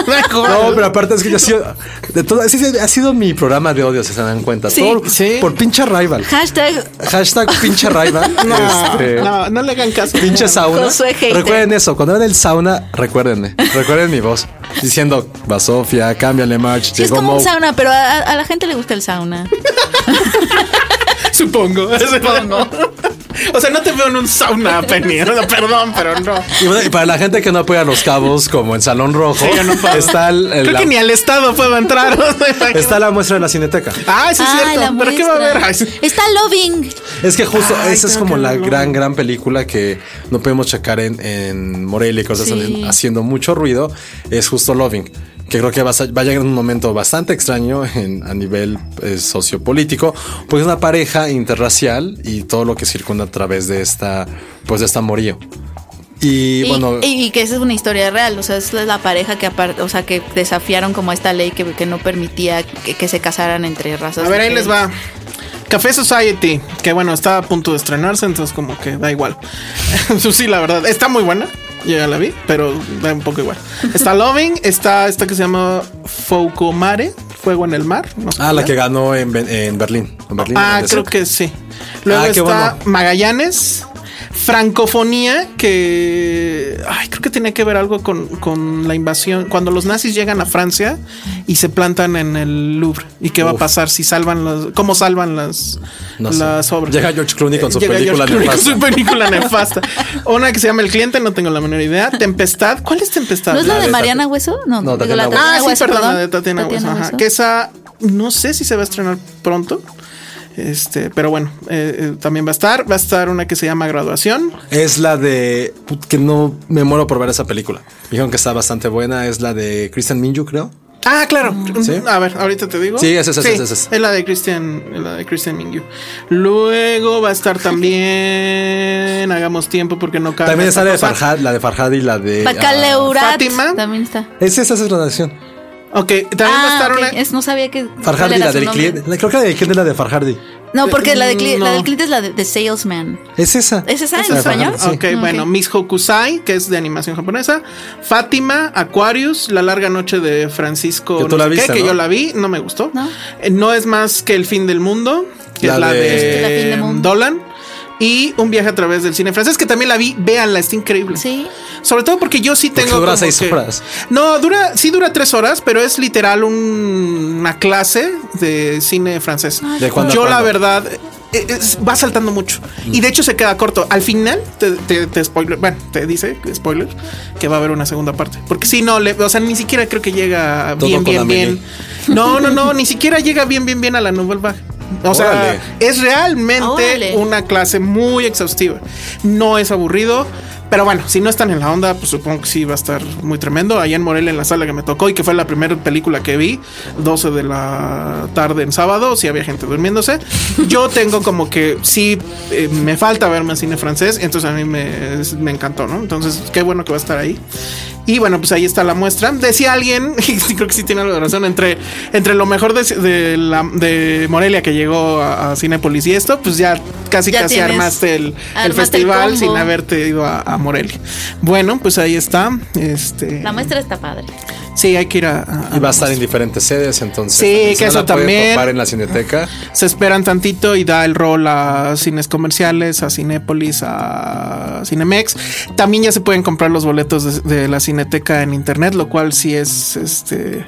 Speaker 4: mejor.
Speaker 5: No, pero aparte es que yo he sido, de todo, ese sí ha sido mi programa de odio, si se dan cuenta.
Speaker 3: Sí.
Speaker 5: Todo
Speaker 4: Sí.
Speaker 5: por pinche rival.
Speaker 3: Hashtag
Speaker 5: Hashtag pinche rival. (laughs)
Speaker 4: no,
Speaker 5: Este,
Speaker 4: Ah, no, no le hagan caso.
Speaker 5: Pinche sauna.
Speaker 3: Josué hater.
Speaker 5: Recuerden eso. Cuando en el sauna, recuérdenme. Recuerden mi voz. Diciendo, va Sofía, cámbiale March.
Speaker 3: Sí, es
Speaker 5: llegó
Speaker 3: como
Speaker 5: Mo.
Speaker 3: un sauna, pero a, a- a la gente le gusta el sauna.
Speaker 4: (laughs) Supongo. Supongo. (laughs) o sea, no te veo en un sauna, Penny. (laughs) No, Perdón, pero no.
Speaker 5: Y, bueno, y para la gente que no apoya a los cabos, como en Salón Rojo,
Speaker 4: Sí, yo no puedo.
Speaker 5: está, el- el-
Speaker 4: Creo
Speaker 5: la,
Speaker 4: que ni al estado puedo entrar. (laughs) o sea,
Speaker 5: está la muestra de la cineteca.
Speaker 4: Ah, sí, es
Speaker 3: Ay,
Speaker 4: cierto.
Speaker 3: la
Speaker 4: pero ¿qué va a haber?
Speaker 3: muestra.
Speaker 4: Ay, sí.
Speaker 3: Está Loving.
Speaker 5: Es que justo
Speaker 4: Ay,
Speaker 5: esa es
Speaker 4: tengo
Speaker 5: como
Speaker 4: que
Speaker 5: la
Speaker 4: verlo.
Speaker 5: gran, gran película que no podemos checar en, en Morelia y cosas
Speaker 3: Sí.
Speaker 5: así, haciendo mucho ruido. Es justo Loving, que creo que va a, sa- va a llegar en un momento bastante extraño en- a nivel eh, sociopolítico, pues es una pareja interracial y todo lo que circunda a través de esta, pues de esta amorío. Y,
Speaker 3: Y,
Speaker 5: bueno,
Speaker 3: y- y que esa es una historia real. O sea, es la pareja que aparte, o sea, que desafiaron como esta ley que, que no permitía que, que se casaran entre razas.
Speaker 4: A ver, ahí les
Speaker 3: diferentes.
Speaker 4: va. Café Society, que bueno, está a punto de estrenarse, entonces como que da igual. (laughs) sí, la verdad, está muy buena. Yo ya la vi, pero da un poco igual.
Speaker 5: (laughs)
Speaker 4: Está Loving, está esta que se llama Foucomare, Fuego en el Mar. no sé
Speaker 5: ah, la
Speaker 4: qué.
Speaker 5: que ganó en, Ben- en Berlín. en Berlín,
Speaker 4: Ah,
Speaker 5: donde
Speaker 4: creo
Speaker 5: sea.
Speaker 4: que sí. Luego
Speaker 5: Ah, qué
Speaker 4: está
Speaker 5: bueno.
Speaker 4: Magallanes, Francofonía, que ay, creo que tenía que ver algo con, con la invasión. Cuando los nazis llegan a Francia y se plantan en el Louvre. ¿Y qué va a
Speaker 5: Uf.
Speaker 4: pasar si salvan las. cómo salvan las,
Speaker 5: No sé.
Speaker 4: las obras?
Speaker 5: Llega George Clooney con su
Speaker 4: Llega
Speaker 5: película
Speaker 4: George Clooney con
Speaker 5: nefasta.
Speaker 4: su película nefasta. Una que se llama El Cliente, no tengo la menor idea. Tempestad. ¿Cuál es Tempestad?
Speaker 3: ¿No es la de
Speaker 5: de
Speaker 3: Mariana
Speaker 5: Tati-
Speaker 3: Hueso? No,
Speaker 5: No,
Speaker 3: digo,
Speaker 5: Tatiana
Speaker 3: la de
Speaker 5: Hueso.
Speaker 4: Ah,
Speaker 3: Tatiana
Speaker 4: sí,
Speaker 3: Hueso,
Speaker 4: perdón,
Speaker 3: perdón.
Speaker 4: la de Tatiana, Hueso, ajá,
Speaker 3: Hueso.
Speaker 4: Que esa, no sé si se va a estrenar pronto. Este, pero bueno, eh, eh, también va a estar. Va a estar una que se llama Graduación.
Speaker 5: Es la de. put, Que no me muero por ver esa película. Dijeron que está bastante buena. Es la de Christian Minju, creo.
Speaker 4: Ah, claro.
Speaker 5: ¿Sí?
Speaker 4: A ver, ahorita te digo.
Speaker 5: Sí, esa, esa, esa, esa, esa.
Speaker 4: Es la de Christian, es la de Christian Mingyu. Luego va a estar también. (laughs) Hagamos tiempo porque no cabe.
Speaker 5: También
Speaker 4: esta
Speaker 5: está la de
Speaker 4: cosa.
Speaker 5: Farhad, la de Farhad y la de.
Speaker 3: Bacaleurat.
Speaker 4: eh, ah, Fátima.
Speaker 3: También está.
Speaker 5: ah, es esa, esa es la nación.
Speaker 4: Ok, también va a
Speaker 3: Ah,
Speaker 4: estar
Speaker 3: ok,
Speaker 4: una.
Speaker 3: es- no sabía que. cuál
Speaker 5: Farhardi,
Speaker 3: era
Speaker 5: la
Speaker 3: su
Speaker 5: del
Speaker 3: nombre.
Speaker 5: cliente. la- Creo que la del cliente es la de Farhardi.
Speaker 3: No, porque la, de cli- la
Speaker 4: No.
Speaker 3: del cliente es la de, de Salesman.
Speaker 5: Es esa.
Speaker 3: ¿Es esa en
Speaker 5: la de
Speaker 3: español?
Speaker 5: Farhadi, sí.
Speaker 4: Ah, Ok, bueno, Miss Hokusai, que es de animación japonesa. Fátima, Aquarius, La larga noche de Francisco.
Speaker 5: Que tú
Speaker 4: no
Speaker 5: la
Speaker 4: sé qué,
Speaker 5: viste,
Speaker 4: que
Speaker 5: ¿no?
Speaker 4: yo la vi, no me gustó.
Speaker 3: ¿No?
Speaker 4: Eh, No es más que El fin del mundo, que
Speaker 5: La
Speaker 4: es la
Speaker 5: de-
Speaker 4: de,
Speaker 5: Es que
Speaker 3: la fin del mundo.
Speaker 4: Dolan. Y Un viaje a través del cine francés, que también la vi. Véanla, está increíble.
Speaker 3: Sí.
Speaker 4: Sobre todo porque yo sí tengo.
Speaker 5: dura
Speaker 4: como
Speaker 5: seis
Speaker 4: que-
Speaker 5: horas.
Speaker 4: No, dura, sí dura tres horas, pero es literal un- una clase de cine francés.
Speaker 5: ¿De cuándo a
Speaker 4: Yo, la
Speaker 5: cuándo?
Speaker 4: verdad, eh, es- va saltando mucho. Y de hecho, se queda corto. Al final, te, te, te spoiler, bueno, te dice, spoiler, que va a haber una segunda parte. Porque si no, le, o sea, ni siquiera creo que llega
Speaker 5: Todo
Speaker 4: bien,
Speaker 5: con
Speaker 4: bien,
Speaker 5: Amélie.
Speaker 4: bien. No, no, no, ni siquiera llega bien, bien, bien a la Nouvelle Vague. O sea,
Speaker 5: Órale.
Speaker 4: es realmente
Speaker 3: Órale.
Speaker 4: una clase muy exhaustiva. No es aburrido, pero bueno, si no están en la onda, pues supongo que sí va a estar muy tremendo. Allá en Morelia, en la sala que me tocó y que fue la primera película que vi, 12 de la tarde en sábado, si había gente durmiéndose. Yo tengo como que sí eh, me falta ver más cine francés, entonces a mí me, es- me encantó, ¿no? Entonces, qué bueno que va a estar ahí. Y bueno, pues ahí está la muestra. Decía alguien, (laughs) y sí, creo que sí tiene algo de razón, entre, entre lo mejor de, de la- de Morelia que llegó a, a Cinépolis y esto, pues ya casi
Speaker 3: Ya
Speaker 4: casi
Speaker 3: tienes-
Speaker 4: armaste el, el
Speaker 3: armaste el
Speaker 4: festival
Speaker 3: combo.
Speaker 4: sin haberte ido a, a Morelia. Bueno, pues ahí está. Este,
Speaker 3: La muestra está padre.
Speaker 4: Sí, hay que ir a. a-
Speaker 5: Y va a estar en diferentes sedes, entonces.
Speaker 4: Sí,
Speaker 5: también
Speaker 4: que
Speaker 5: se
Speaker 4: eso
Speaker 5: la pueden
Speaker 4: también.
Speaker 5: topar en la
Speaker 4: (laughs)
Speaker 5: cineteca.
Speaker 4: Se esperan tantito y da el rol a cines comerciales, a Cinépolis, a Cinemex. También ya se pueden comprar los boletos de, de la Cineteca en internet, lo cual sí es este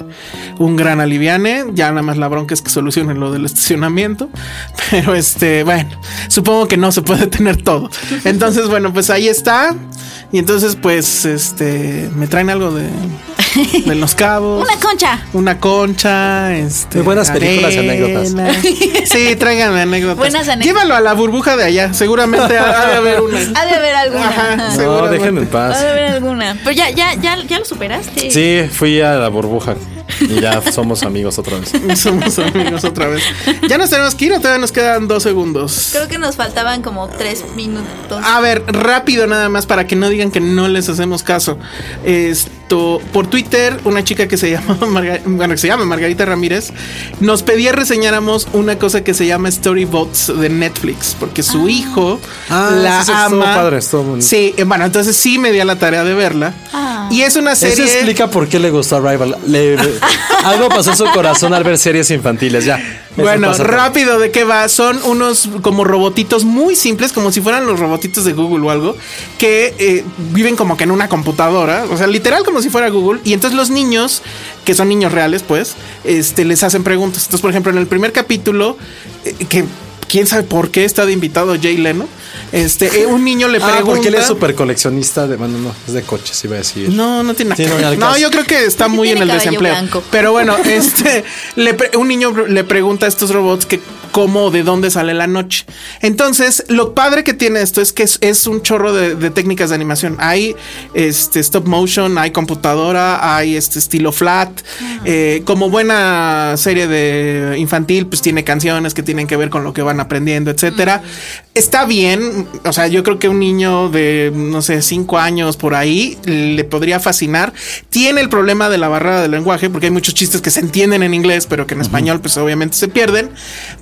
Speaker 4: un gran aliviane. Ya nada más la bronca es que solucionen lo del estacionamiento. (laughs) Pero este, bueno, supongo que no se puede tener todo. Entonces, bueno, pues ahí está. Y entonces, pues, este, me traen algo de, de los cabos.
Speaker 3: (laughs) Una concha.
Speaker 4: Una concha, este.
Speaker 5: Muy buenas películas y anécdotas.
Speaker 4: arenas. (laughs) Sí, traigan anécdotas.
Speaker 3: Buenas anécdotas.
Speaker 4: Llévalo a la burbuja de allá. Seguramente ha ha de haber una.
Speaker 3: (laughs) Ha de haber alguna.
Speaker 4: Ajá,
Speaker 5: No,
Speaker 4: seguramente.
Speaker 5: déjenme en
Speaker 3: Ha de
Speaker 5: paz.
Speaker 3: haber alguna. Pero ya, ya, ya, ya lo superaste.
Speaker 5: Sí, fui a la burbuja y ya somos amigos otra vez.
Speaker 4: Somos amigos otra vez. Ya nos tenemos que ir, o todavía nos quedan dos segundos.
Speaker 3: Creo que nos faltaban como tres minutos.
Speaker 4: A ver, rápido nada más para que no digan que no les hacemos caso. Esto, por Twitter, una chica que se llama, (laughs) Marga- bueno, que se llama Margarita Ramírez, nos pedía reseñáramos una cosa que se llama Storybots de Netflix, porque su hijo
Speaker 5: Ah,
Speaker 4: la
Speaker 5: sí, sí,
Speaker 4: ama.
Speaker 5: estuvo padre, estuvo bonito.
Speaker 4: sí, eh, bueno, entonces sí me di a la tarea de verla. Y es una
Speaker 5: Eso
Speaker 4: serie.
Speaker 5: explica por qué le gustó Rival. Le-
Speaker 3: (laughs)
Speaker 5: algo pasó en su corazón al ver series infantiles, ya. Eso
Speaker 4: Bueno,
Speaker 5: pasa.
Speaker 4: rápido, ¿de qué va? Son unos como robotitos muy simples, como si fueran los robotitos de Google o algo, que eh, viven como que en una computadora, o sea, literal como si fuera Google. Y entonces los niños, que son niños reales, pues, este, les hacen preguntas. Entonces, por ejemplo, en el primer capítulo, eh, que quién sabe por qué está de invitado Jay Leno, este, eh, un niño le pregunta.
Speaker 5: Ah, porque él es súper coleccionista de. Bueno, no, es de coches, iba a decir.
Speaker 4: No, no tiene nada
Speaker 5: Sí,
Speaker 4: que
Speaker 5: no,
Speaker 4: ver.
Speaker 5: ni al
Speaker 4: No,
Speaker 5: caso.
Speaker 4: yo creo que está muy
Speaker 3: Tiene
Speaker 4: en el
Speaker 3: cabello
Speaker 4: desempleo.
Speaker 3: blanco.
Speaker 4: Pero bueno, (laughs) este le pre- un niño le pregunta a estos robots que cómo o de dónde sale la noche. Entonces, lo padre que tiene esto es que es, es un chorro de, de técnicas de animación. Hay este stop motion, hay computadora, hay este estilo flat. Eh, como buena serie de infantil, pues tiene canciones que tienen que ver con lo que van aprendiendo, etcétera. Está bien, o sea, yo creo que un niño de no sé, cinco años por ahí le podría fascinar. Tiene el problema de la barrera del lenguaje, porque hay muchos chistes que se entienden en inglés, pero que en español, pues obviamente se pierden.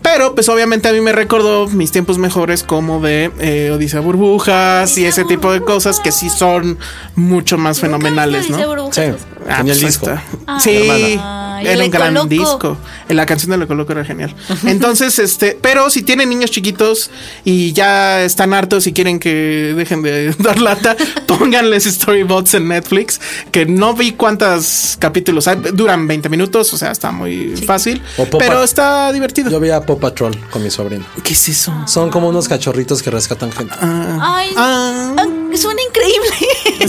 Speaker 4: Pero, pues obviamente a mí me recordó mis tiempos mejores como de eh, Odisea Burbujas y ese tipo de cosas que sí son mucho más fenomenales, ¿no?
Speaker 5: Sí,
Speaker 4: Ah,
Speaker 5: tenía el
Speaker 4: pues ahí
Speaker 5: disco.
Speaker 4: está.
Speaker 3: Ah.
Speaker 4: Sí,
Speaker 3: Hermana. Ay,
Speaker 4: era
Speaker 3: Le
Speaker 4: un gran
Speaker 3: Coloco.
Speaker 4: disco. La canción de Le Coloco era genial. Entonces, este, pero si tienen niños chiquitos y ya están hartos y quieren que dejen de (laughs) dar lata, pónganles storybots en Netflix, que no vi cuántos capítulos hay, duran 20 minutos, o sea, está muy fácil,
Speaker 5: O Popa-
Speaker 4: pero está divertido.
Speaker 5: Yo vi a Paw Patrol con mi sobrino.
Speaker 4: ¿Qué es eso?
Speaker 5: Son como unos cachorritos que rescatan gente.
Speaker 3: Ay,
Speaker 4: Ah.
Speaker 3: ah, suena increíble. (laughs)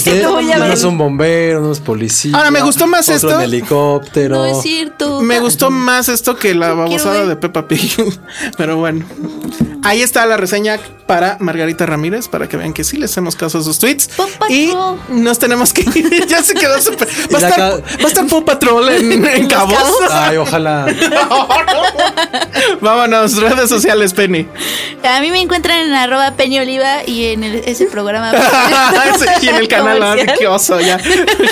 Speaker 5: Sí,
Speaker 3: Lo voy a
Speaker 5: uno
Speaker 3: ver.
Speaker 5: es un bombero, uno es policía.
Speaker 4: Ahora, me gustó más
Speaker 5: otro
Speaker 4: esto.
Speaker 5: en helicóptero.
Speaker 3: No es cierto.
Speaker 4: Me gustó más esto que la
Speaker 3: Yo quiero
Speaker 4: babosada
Speaker 3: ver.
Speaker 4: de Peppa Pig. (laughs) Pero bueno, ahí está la reseña para Margarita Ramírez para que vean que sí le hacemos caso a sus tweets.
Speaker 3: Paw
Speaker 4: Y
Speaker 3: Patrol.
Speaker 4: nos tenemos que ir. (laughs) ya se quedó súper.
Speaker 5: Y
Speaker 4: Va, a
Speaker 5: la
Speaker 4: estar-
Speaker 5: ca-
Speaker 4: va a estar Paw Patrol en, en Cabos.
Speaker 5: Ay,
Speaker 3: (laughs)
Speaker 5: ojalá.
Speaker 4: Vámonos, redes sociales, Penny. (laughs)
Speaker 3: (laughs) A mí me encuentran en arroba Peña Oliva y en el-
Speaker 4: (laughs)
Speaker 3: ese programa.
Speaker 4: y en el canal, ah,
Speaker 3: Comercial.
Speaker 4: qué oso ya.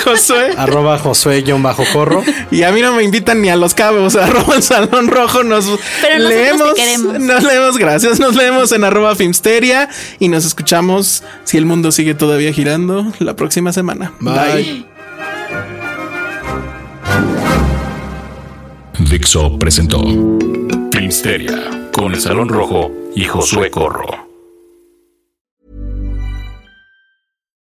Speaker 4: Josué.
Speaker 5: Arroba Josué-Corro.
Speaker 4: Y a mí no me invitan ni a los cabos, (laughs) arroba el salón rojo, nos
Speaker 3: Pero nosotros te
Speaker 4: leemos,
Speaker 3: queremos.
Speaker 4: nos leemos, gracias, nos leemos en arroba Filmsteria y nos escuchamos si el mundo sigue todavía girando la próxima semana.
Speaker 5: Bye.
Speaker 1: Dixo presentó Filmsteria con el Salón Rojo y Josué Corro.